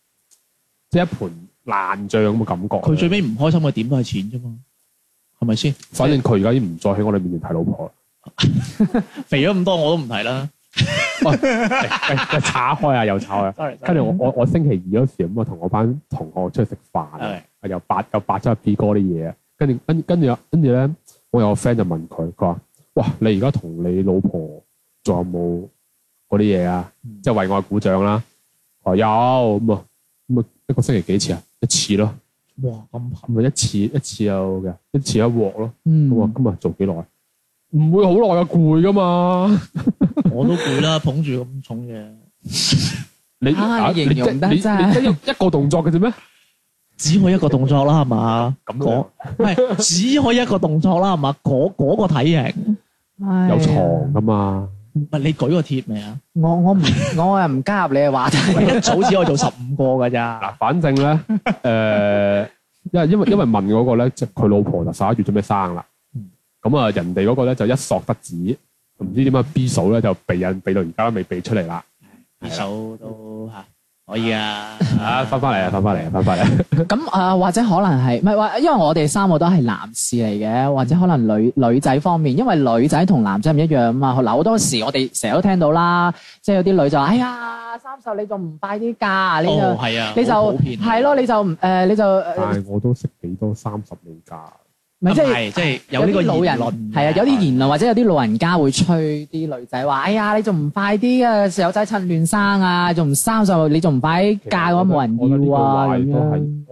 Speaker 4: 即係一盤爛醬咁嘅感覺。
Speaker 3: 佢最尾唔開心嘅點都係錢啫嘛，係咪先？
Speaker 4: 反正佢而家已經唔再喺我哋面前提
Speaker 3: *laughs*
Speaker 4: 老婆啦。
Speaker 3: 肥咗咁多我都唔提啦。
Speaker 4: 喂喂岔開啊，又岔開啊！
Speaker 3: sorry，
Speaker 2: 嗯
Speaker 4: 跟住我我我星期二嗰時咁啊，同我班同學出去食飯啊，又八又八咗阿 B 哥啲嘢啊。跟住跟跟住跟住咧，我有個 friend 就問佢，佢話：哇，你而家同你老婆仲有冇嗰啲嘢啊？
Speaker 2: 嗯
Speaker 4: 即係為我鼓掌啦。我話有咁啊，咁啊一個星期幾次啊？一次咯，
Speaker 3: 哇咁頻，
Speaker 4: 咁啊一次一次有嘅，一次一鑊咯。咁啊
Speaker 2: 嗯，
Speaker 4: 咁啊做幾耐？唔會好耐啊，攰噶嘛。
Speaker 3: 我都攰啦，捧住咁重嘢，
Speaker 4: 你
Speaker 2: 啊你
Speaker 4: 你
Speaker 2: 形容得
Speaker 4: 你
Speaker 2: 真係
Speaker 4: 你一一個動作嘅啫咩？
Speaker 3: 只可以一個動作啦，係嘛？
Speaker 4: 咁
Speaker 3: 講
Speaker 4: 樣
Speaker 3: 唔係只可以一個動作啦，係嘛？嗰嗰個體型，
Speaker 2: 唉
Speaker 4: 有床噶嘛？
Speaker 3: 唔係你舉個貼未啊？
Speaker 2: 我我唔我又唔加入你嘅話題，
Speaker 3: 一早只可以做十五個㗎咋。
Speaker 4: 嗱，反
Speaker 2: *laughs*
Speaker 4: 正咧，誒，因為因為因為問嗰個咧，即係佢老婆就十一月準備生啦。咁啊，人哋嗰個咧就一索得子，唔知點解 B 嫂咧就避孕避到而家都未避出嚟啦。
Speaker 3: 二手都嚇可以啊。
Speaker 4: 啊，翻翻嚟啊，翻翻嚟啊，翻翻嚟。
Speaker 2: 咁啊、或者可能係唔係話，因為我哋三個都係男士嚟嘅，或者可能女女仔方面，因為女仔同男仔唔一樣啊嘛。嗱，好多時我哋成日都聽到啦，即係有啲女就話：哎呀，三十你仲唔快啲嫁？你就、
Speaker 3: 哦，係啊，
Speaker 2: 你就
Speaker 3: 好普遍啊
Speaker 2: 係咯，你就唔誒、你就
Speaker 4: 但
Speaker 2: *laughs* 誒
Speaker 4: 啊係我都識幾多三十年假，
Speaker 2: 唔係即
Speaker 3: 啊唔
Speaker 2: 係。
Speaker 3: 係即係有呢個
Speaker 2: 啲老
Speaker 3: 言
Speaker 2: 人
Speaker 3: 論，
Speaker 2: 係啊，有啲言論或者有啲老人家會催啲女仔話：哎呀，你仲唔快啲啊？有仔趁亂生啊，仲唔三十，你仲唔快啲嫁嘅話冇
Speaker 4: 我覺得
Speaker 2: 人要啊
Speaker 4: 我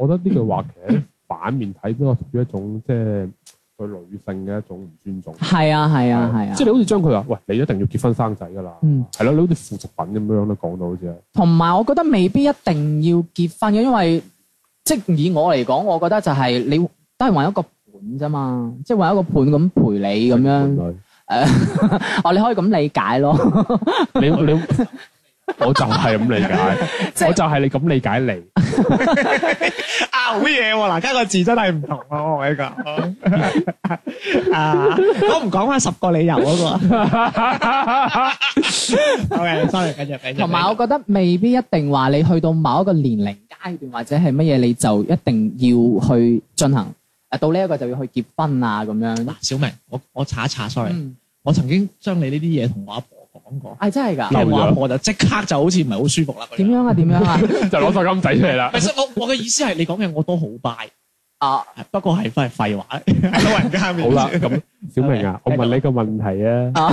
Speaker 4: 覺
Speaker 2: 咁
Speaker 4: 得呢
Speaker 2: 樣。
Speaker 4: 句話亦都係，我覺得呢句話其實反面睇都係屬於一種即係對女性嘅一種唔尊重。
Speaker 2: 係啊，係啊，係啊
Speaker 4: 即係。你好似將佢話，喂，你一定要結婚生仔㗎啦，
Speaker 2: 嗯
Speaker 4: 係咯，你好似附屬品咁樣都講到好似係。
Speaker 2: 同埋我覺得未必一定要結婚嘅，因為即係以我嚟講，我覺得就係你都係揾一個伴啫嘛，即係揾一個伴咁陪你咁樣。
Speaker 4: 伴侶
Speaker 2: 哦，你可以咁理解咯。
Speaker 4: 你你 *laughs* 我就係咁
Speaker 2: *laughs*
Speaker 4: 理解，我就係你咁理解你。
Speaker 3: *laughs* 啊好嘢喎！嗱，家個字真係唔同啊，我同你講。 *laughs* 啊，我唔講翻十個理由 *laughs* 嗰個。OK，sorry，繼續繼續。
Speaker 2: 同埋我覺得未必一定話你去到某一個年齡階段或者係乜嘢，你就一定要去進行。誒到呢一個就要去結婚啊咁樣
Speaker 3: 嗱。，小明，我我查一查，sorry，
Speaker 2: 嗯，
Speaker 3: 我曾經將你呢啲嘢同我阿婆講過，
Speaker 2: 啊真係㗎，
Speaker 4: 留
Speaker 3: 跟住我
Speaker 4: 咗
Speaker 3: 阿婆就即刻就好似唔係好舒服啦。佢
Speaker 2: 點樣啊點樣啊？
Speaker 4: 就攞手金仔出嚟啦
Speaker 3: 唔。係，我我嘅意思係你講嘅我都好 buy，
Speaker 2: 啊，
Speaker 3: 不過係翻係廢話，喺老人家面
Speaker 4: *laughs* 好
Speaker 3: 前
Speaker 4: 啦， *laughs* 咁小明啊，我問你一個問題啊，
Speaker 2: 哦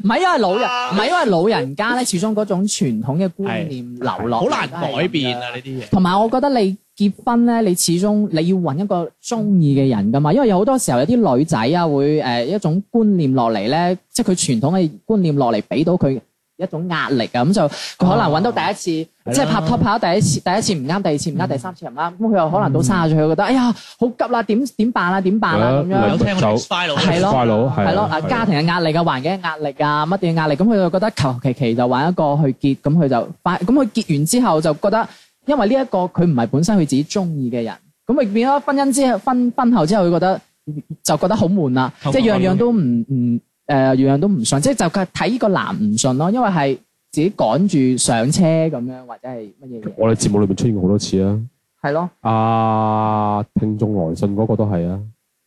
Speaker 2: 唔係因為老人，唔係因為老人家咧，始終嗰種傳統嘅觀念流落，
Speaker 3: 好難改變啊！呢啲嘢。
Speaker 2: 同埋我覺得你結婚咧，你始終你要揾一個中意嘅人噶嘛，因為有好多時候有啲女仔啊會誒、呃一種觀念落嚟咧，即係佢傳統嘅觀念落嚟，俾到佢一種壓力啊，咁就佢可能揾到第一次，
Speaker 3: 哦係啦嗯
Speaker 2: 即係拍拖拍到第一次，第一次唔啱，第二次唔啱，第三次唔啱，咁佢又可能到三十歲，佢覺得哎呀好急啦，點點辦啊，點辦啊咁
Speaker 4: 係啦
Speaker 2: 樣
Speaker 3: 有。聽我
Speaker 4: 就
Speaker 3: next file
Speaker 2: 係咯
Speaker 4: 快佬係啊
Speaker 2: 係咯，嗱，
Speaker 4: 係啊
Speaker 2: 家庭嘅壓力啊，環境嘅壓力啊，乜嘢壓力，咁佢就覺得求其其就揾一個去結，咁佢就快，咁佢結完之後就覺得，因為呢一個佢唔係本身佢自己中意嘅人，咁佢變咗婚姻之後婚婚後之後，佢覺得嗯就覺得好悶啦，
Speaker 3: 透
Speaker 2: 即
Speaker 3: 過
Speaker 2: 係樣樣都唔唔誒，樣樣都唔順，即係就佢睇呢個男唔順咯，因為係自己趕住上車咁樣，或者係乜嘢嘢，
Speaker 4: 我哋節目裏面出現過好多次啊。
Speaker 2: 係咯。
Speaker 4: 啊，聽眾來信嗰個都係啊，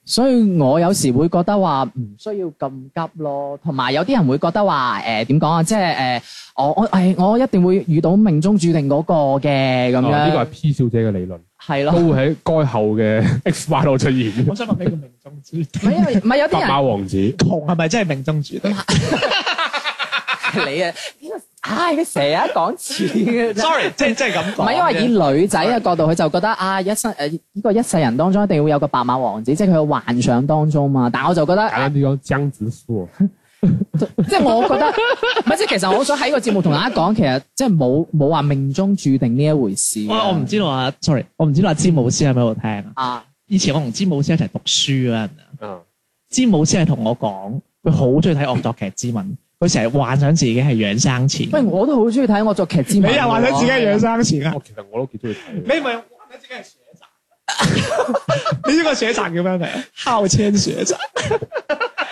Speaker 2: 所以我有時會覺得話唔需要咁急咯，同埋有啲人會覺得話誒點講啊，即係誒我我誒我一定會遇到命中注定嗰個嘅咁樣，
Speaker 4: 啊呢個係 P 小姐嘅理論，
Speaker 2: 係
Speaker 4: 都
Speaker 2: 咯，
Speaker 4: 會喺該後嘅 *laughs* X 八度出現。
Speaker 3: 我想問你個命中注
Speaker 2: 唔係因
Speaker 4: *laughs*
Speaker 2: 為唔係有
Speaker 4: 白
Speaker 2: 啲人
Speaker 4: 馬王子，
Speaker 3: 窮係咪真係命中注定
Speaker 2: 你啊，呢個唉你成日講錢
Speaker 4: *laughs*
Speaker 2: 嘅
Speaker 4: 啊
Speaker 2: 啫。
Speaker 3: ？Sorry，即係即係咁
Speaker 2: 唔
Speaker 3: 講。
Speaker 2: 係因為以啊女仔嘅角度，佢就覺得啊，一生誒呢個一世人當中一定會有個白馬王子，即係佢嘅幻想當中嘛。但我就覺得
Speaker 4: *laughs* 簡單啲講，江直樹。
Speaker 2: 即係我覺得，唔係即係其實我想喺個節目同大家講，其實即係冇冇話命中注定呢一回事。
Speaker 3: 我我唔知道啊，sorry，我唔知道阿詹姆斯喺咪喺度聽啊。
Speaker 2: 啊，
Speaker 3: 以前我同詹姆斯一齊讀書嗰陣啊，
Speaker 4: 嗯，
Speaker 3: 詹姆斯係同我講，佢好中意睇惡作劇之吻，佢成日幻想自己係養生錢。
Speaker 2: 喂，我都好中意睇惡作劇之
Speaker 3: 你
Speaker 2: 吻喎。
Speaker 3: 又幻想自己係養生錢啊？
Speaker 4: 我其實我都幾中意睇嘅。
Speaker 3: 你咪幻想自己係雪宅？ *laughs* 你呢個雪宅叫咩名？烤青雪宅。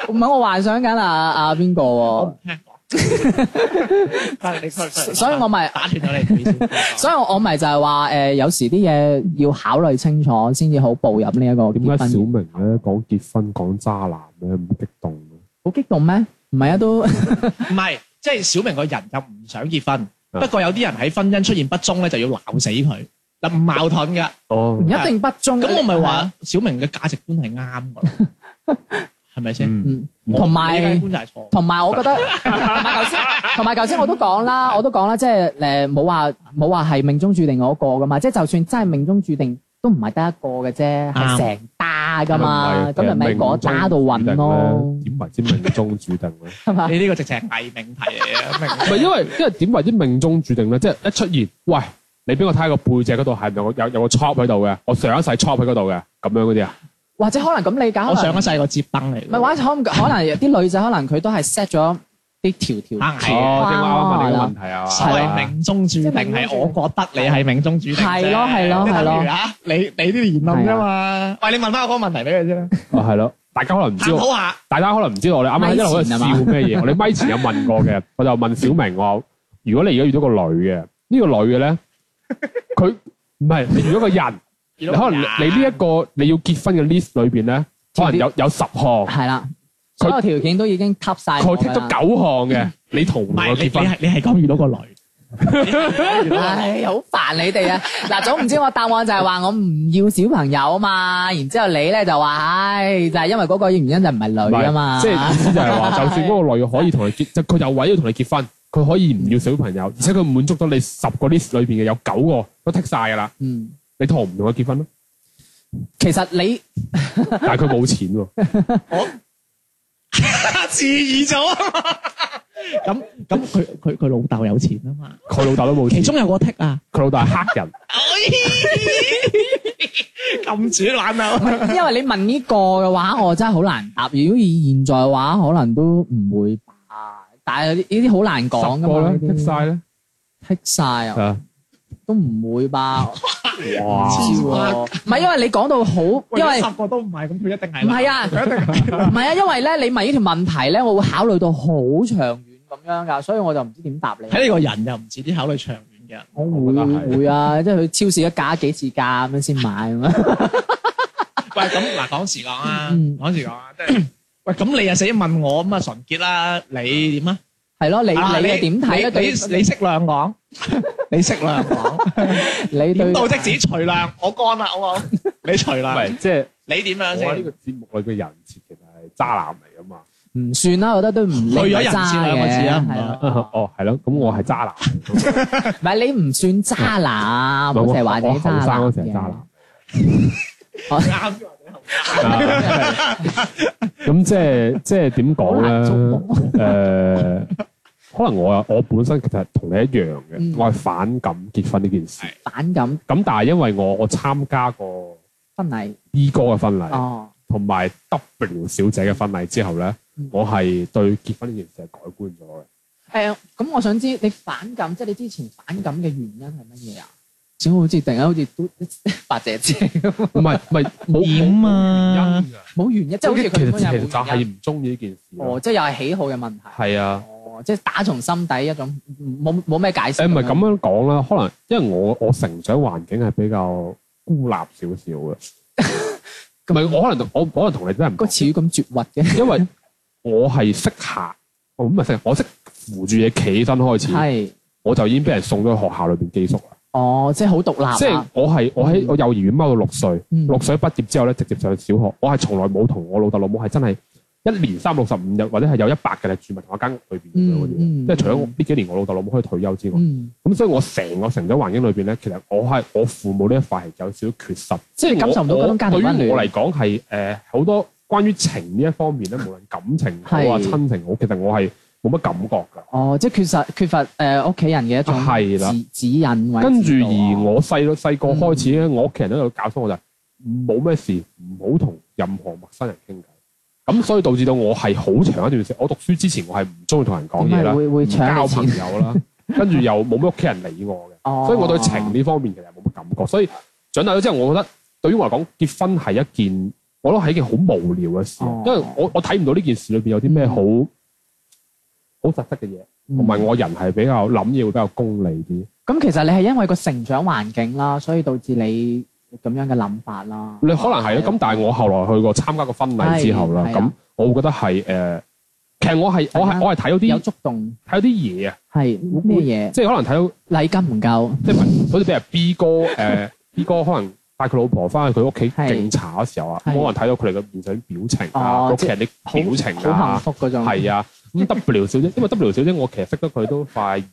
Speaker 2: 唔係我幻想緊啊啊邊個喎
Speaker 3: 我唔？聽講。啊你
Speaker 2: 所以我咪
Speaker 3: 打斷咗你。
Speaker 2: *laughs* 所以我咪就係話誒，有時啲嘢要考慮清楚先至好步入呢一個
Speaker 4: 點解
Speaker 2: 結
Speaker 4: 小
Speaker 2: 婚。
Speaker 4: 明咧講結婚講渣男咧咁激動啊嘅？
Speaker 2: 好激動咩？唔係啊，都
Speaker 3: 嗯唔係，即係小明個人又唔想結婚，不過有啲人喺婚姻出現不忠咧，就要鬧死佢。嗱，唔矛盾噶。
Speaker 4: 哦
Speaker 2: 唔一定不忠。
Speaker 3: 咁我咪
Speaker 2: 係
Speaker 3: 話
Speaker 2: 啊，
Speaker 3: 小明嘅價值觀係啱噶，
Speaker 2: *laughs*
Speaker 3: 係咪先？
Speaker 4: 嗯，
Speaker 2: 嗯，同埋
Speaker 3: 我嘅價值觀就係錯。
Speaker 2: 同埋我覺得，同埋頭先，同埋頭先我都講啦，我都講啦，即係誒冇話冇話係命中注定嗰個噶嘛，即係就算真係命中注定，都唔係得一個嘅啫，
Speaker 3: 啱
Speaker 2: 係成打噶嘛，咁人咪嗰打度揾咯，
Speaker 4: 點為之命中注定咧？
Speaker 2: 係嘛？
Speaker 3: 你呢個直情係偽命題嚟嘅，明
Speaker 4: 唔係因為因為點為之命中注定咧？即係一出現，喂，你俾我睇個背脊嗰度係咪有個有有個 chop 喺度嘅？我上一世 chop 喺嗰度嘅，咁樣嗰啲啊？
Speaker 2: 或者可能咁理解，
Speaker 3: 我
Speaker 2: 可能
Speaker 3: 上一世個接燈嚟
Speaker 2: 唔係
Speaker 3: 嘅。
Speaker 2: 或者可唔可能有啲女仔可能佢都係 set 咗啲條條，
Speaker 3: 啊
Speaker 4: 哦，即係
Speaker 3: 係，
Speaker 4: 我啱啱問你個問題啊
Speaker 3: 所
Speaker 2: 係
Speaker 3: 謂
Speaker 2: 啊
Speaker 3: 命中注定係我覺得你係命中注定啫。
Speaker 2: 係咯係咯係咯
Speaker 3: 即等於啊，你你啲言論啫嘛。喂，你問翻我嗰個問題俾佢先啦，
Speaker 4: 嘛，係咯，大家可能唔知
Speaker 3: 探
Speaker 4: 道。
Speaker 3: 討下。
Speaker 4: 大家可能唔知道我哋啱啱一路喺度笑咩嘢，
Speaker 3: *laughs*
Speaker 4: 我哋咪前有問過嘅，我就問小明我：如果你而家遇到個女嘅，呢、個女嘅咧，佢唔係你遇到個人，你可能你呢一個你要結婚嘅 list 裏邊咧，可能有有十項，
Speaker 2: 係啦，所有條件都已經吸晒
Speaker 4: 佢
Speaker 2: 我
Speaker 4: 剔
Speaker 2: 㗎
Speaker 4: 咗
Speaker 2: 啦。
Speaker 4: 九項嘅，你同
Speaker 3: 唔
Speaker 4: 唔同
Speaker 3: 係
Speaker 4: 佢
Speaker 3: 你你
Speaker 4: 結婚？
Speaker 3: 係你係講遇到個女，
Speaker 2: 唉，好煩你哋啊！嗱，總唔知我答案就係話我唔要小朋友啊嘛，然之後你咧就話唉，就係因為嗰個原因就唔係
Speaker 4: 唔
Speaker 2: 女啊嘛，
Speaker 4: 即係意思就係話，就算嗰個女可以同你結，就佢有位要同你結婚，佢可以唔要小朋友，而且佢滿足到你十個 list 裏邊嘅有九個都剔晒㗎啦，
Speaker 2: 嗯，
Speaker 4: 你同唔同佢結婚咯？
Speaker 2: 其實你
Speaker 4: 但係佢冇錢喎。
Speaker 3: 自疑咗啊嘛。咁咁佢佢佢老豆有錢啊嘛，
Speaker 4: 佢老豆都冇錢，
Speaker 3: 其中有個剔啊，
Speaker 4: 佢老豆係黑人，
Speaker 3: 咁主玩啊！
Speaker 2: 因為你問呢個嘅話，我真係好難答。如果以現在嘅話，可能都唔會吧。但係呢啲好難講
Speaker 4: 十
Speaker 2: 噶
Speaker 4: 個
Speaker 2: 嘛，呢
Speaker 4: 咧，剔
Speaker 2: 啲
Speaker 4: 晒咧，
Speaker 2: 剔晒啊，
Speaker 4: 啊，
Speaker 2: 都唔會吧？唔
Speaker 4: 哇
Speaker 2: 知喎唔係因為你講到好，
Speaker 3: 喂
Speaker 2: 因為
Speaker 3: 十個都唔係，咁佢一定係
Speaker 2: 唔
Speaker 3: 啦
Speaker 2: 係啊，唔係啊，因為咧你問呢條問題咧，我會考慮到好長遠咁樣噶，所以我就唔知點答你。
Speaker 3: 睇你個人又唔似啲考慮長遠嘅人。
Speaker 2: 我
Speaker 4: 我
Speaker 2: 會
Speaker 4: 覺得係
Speaker 2: 會啊，即係去超市一加幾次價咁樣先買
Speaker 3: *laughs*
Speaker 2: 咁樣。
Speaker 3: 喂，咁嗱，講時講啊，
Speaker 2: 嗯
Speaker 3: 講時講啊，即係喂，咁你又死問我咁啊，純潔啦，你點啊？
Speaker 2: 係咯，你
Speaker 3: 啊
Speaker 2: 你係點睇咧？
Speaker 3: 你
Speaker 2: 對
Speaker 3: 你你適量
Speaker 4: *laughs*
Speaker 3: 講，你適量講，
Speaker 2: 你
Speaker 3: 點
Speaker 2: 對
Speaker 3: 到即止，除量，我乾啦，好唔
Speaker 4: *laughs*
Speaker 3: 好？你除
Speaker 4: 唔
Speaker 3: 量，
Speaker 4: 係即係
Speaker 3: 你點樣
Speaker 4: 我呢
Speaker 3: 先？
Speaker 4: 個節目裏嘅人設其實係渣男嚟噶嘛？
Speaker 2: 唔算啦，我覺得都唔去
Speaker 3: 去咗人設兩個字啦唔得
Speaker 2: 啊
Speaker 4: 哦，係咯，咁我係渣男嚟㗎，
Speaker 2: 唔係你唔算渣
Speaker 4: 唔
Speaker 2: 男，
Speaker 4: 係
Speaker 2: 啊我成日話你
Speaker 4: 我
Speaker 2: 渣
Speaker 4: 後生
Speaker 2: 男
Speaker 4: 嗰時
Speaker 2: 嘅
Speaker 4: 係渣
Speaker 2: *laughs*
Speaker 4: 男。
Speaker 3: 啱先話你後生
Speaker 4: 啊咁即係即係點講
Speaker 2: 好難捉
Speaker 4: 咧
Speaker 2: 摸？
Speaker 4: 誒、可能我我本身其實同你一樣嘅，
Speaker 2: 嗯
Speaker 4: 我係反感結婚呢件事。
Speaker 3: 係
Speaker 2: 反感
Speaker 4: 咁但係因為我我參加過
Speaker 2: 婚禮
Speaker 4: E 哥嘅婚禮，
Speaker 2: 哦，
Speaker 4: 同埋、W 小姐嘅婚禮之後咧，
Speaker 2: 嗯
Speaker 4: 我係對結婚呢件事係改觀咗
Speaker 2: *laughs*
Speaker 4: 嘅。
Speaker 2: 誒咁我想知你反感，即係你之前反感嘅原因係乜嘢啊？小好似突然間好似 *laughs* 都白姐姐咁，
Speaker 4: 唔係唔係冇
Speaker 3: 點
Speaker 4: 冇
Speaker 3: 啊
Speaker 4: 原因㗎，
Speaker 2: 冇原因，即係好似
Speaker 4: 其
Speaker 2: 佢咁
Speaker 4: 實
Speaker 2: 樣
Speaker 4: 其實
Speaker 2: 有
Speaker 4: 就
Speaker 2: 冇原
Speaker 4: 係
Speaker 2: 因。
Speaker 4: 唔中意呢件事咯。
Speaker 2: 哦，即係又係喜好嘅問題。
Speaker 4: 係啊。
Speaker 2: 哦，即係打從心底一種冇冇咩解釋。
Speaker 4: 誒唔係咁樣講啦，可能因為我我成長環境係比較孤立少少嘅，
Speaker 2: *laughs*
Speaker 4: 唔係我可能我可能同你真係唔
Speaker 2: 個
Speaker 4: 同，
Speaker 2: 詞語咁絕核嘅。
Speaker 4: 因為我係識行，我唔係識行，我識扶住嘢企起身開始，
Speaker 2: 係，
Speaker 4: 我就已經俾人送咗去學校裏邊寄宿啦。
Speaker 2: 哦，即係好獨立啊。
Speaker 4: 即係我係我喺我幼兒園踎到六歲，
Speaker 2: 嗯
Speaker 4: 六歲畢業之後咧直接上小學，我係從來冇同我老豆老母係真係一年三百六十五日或者係有一百嘅係住埋同一間屋裏邊咁樣嗰啲嘅，
Speaker 2: 嗯嗯
Speaker 4: 即係除咗我呢幾年我老豆老母可以退休之外。
Speaker 2: 嗯，
Speaker 4: 咁所以我成個成長環境裏邊咧，其實我係我父母呢一塊係有少少缺失，
Speaker 2: 即係你感受唔到嗰種家庭
Speaker 4: 對於
Speaker 2: 溫
Speaker 4: 我
Speaker 2: 暖
Speaker 4: 嚟。講係誒好多關於情呢一方面咧，無論感情好啊
Speaker 2: 係
Speaker 4: 親情好，其實我係冇乜感覺㗎。
Speaker 2: 哦，即係缺乏缺乏誒屋企人嘅一種
Speaker 4: 係啦
Speaker 2: 指指引或者
Speaker 4: 跟住
Speaker 2: 指導啊嗯
Speaker 4: 而我細佬細個開始咧，我屋企人都有教唆我就係冇咩事唔好同任何陌生人傾偈。咁所以導致到我係好長一段時間，我讀書之前我係唔中意同人講嘢啦，
Speaker 2: 點解會會
Speaker 4: 唔
Speaker 2: 搶
Speaker 4: 交
Speaker 2: 你
Speaker 4: 朋
Speaker 2: 錢
Speaker 4: 友啦，跟住又冇乜屋企人理我嘅。
Speaker 2: 哦
Speaker 4: 所以我對情呢方面其實冇乜感覺。所以長大咗之後，我覺得對於我嚟講，結婚係一件我覺得係一件好無聊嘅事，
Speaker 2: 哦
Speaker 4: 因為我我睇唔到呢件事裏邊有啲咩好好實質嘅嘢，同埋
Speaker 2: 嗯
Speaker 4: 我人係比較諗嘢會比較功利啲。
Speaker 2: 咁其實你係因為個成長環境啦，所以導致你咁樣嘅諗法啦。
Speaker 4: 你可能係咯，咁但係我後來去過參加個婚禮之後啦，
Speaker 2: 哦啊係係啊
Speaker 4: 咁我會覺得係誒、呃其實我係我
Speaker 2: 係啊
Speaker 4: 係我係睇到
Speaker 2: 有
Speaker 4: 啲
Speaker 2: 觸動
Speaker 4: 睇到啲嘢啊，
Speaker 2: 係咩嘢？
Speaker 4: 即係可能睇到
Speaker 2: 禮金唔夠，
Speaker 4: 即係好似譬如 B 哥
Speaker 2: *laughs*
Speaker 4: 誒、呃 B 哥可能帶佢老婆翻去佢屋企
Speaker 2: 係
Speaker 4: 敬茶嘅時候啊，
Speaker 2: 係
Speaker 4: 咁可能睇到佢哋嘅面上表情啊，
Speaker 2: 哦
Speaker 4: 屋企人啲表情
Speaker 2: 好幸
Speaker 4: 啊，
Speaker 2: 福嗰種。
Speaker 4: 係啊。
Speaker 2: *laughs*
Speaker 4: 咁 W 小姐，因為 W 小姐我其實識得佢都快二十年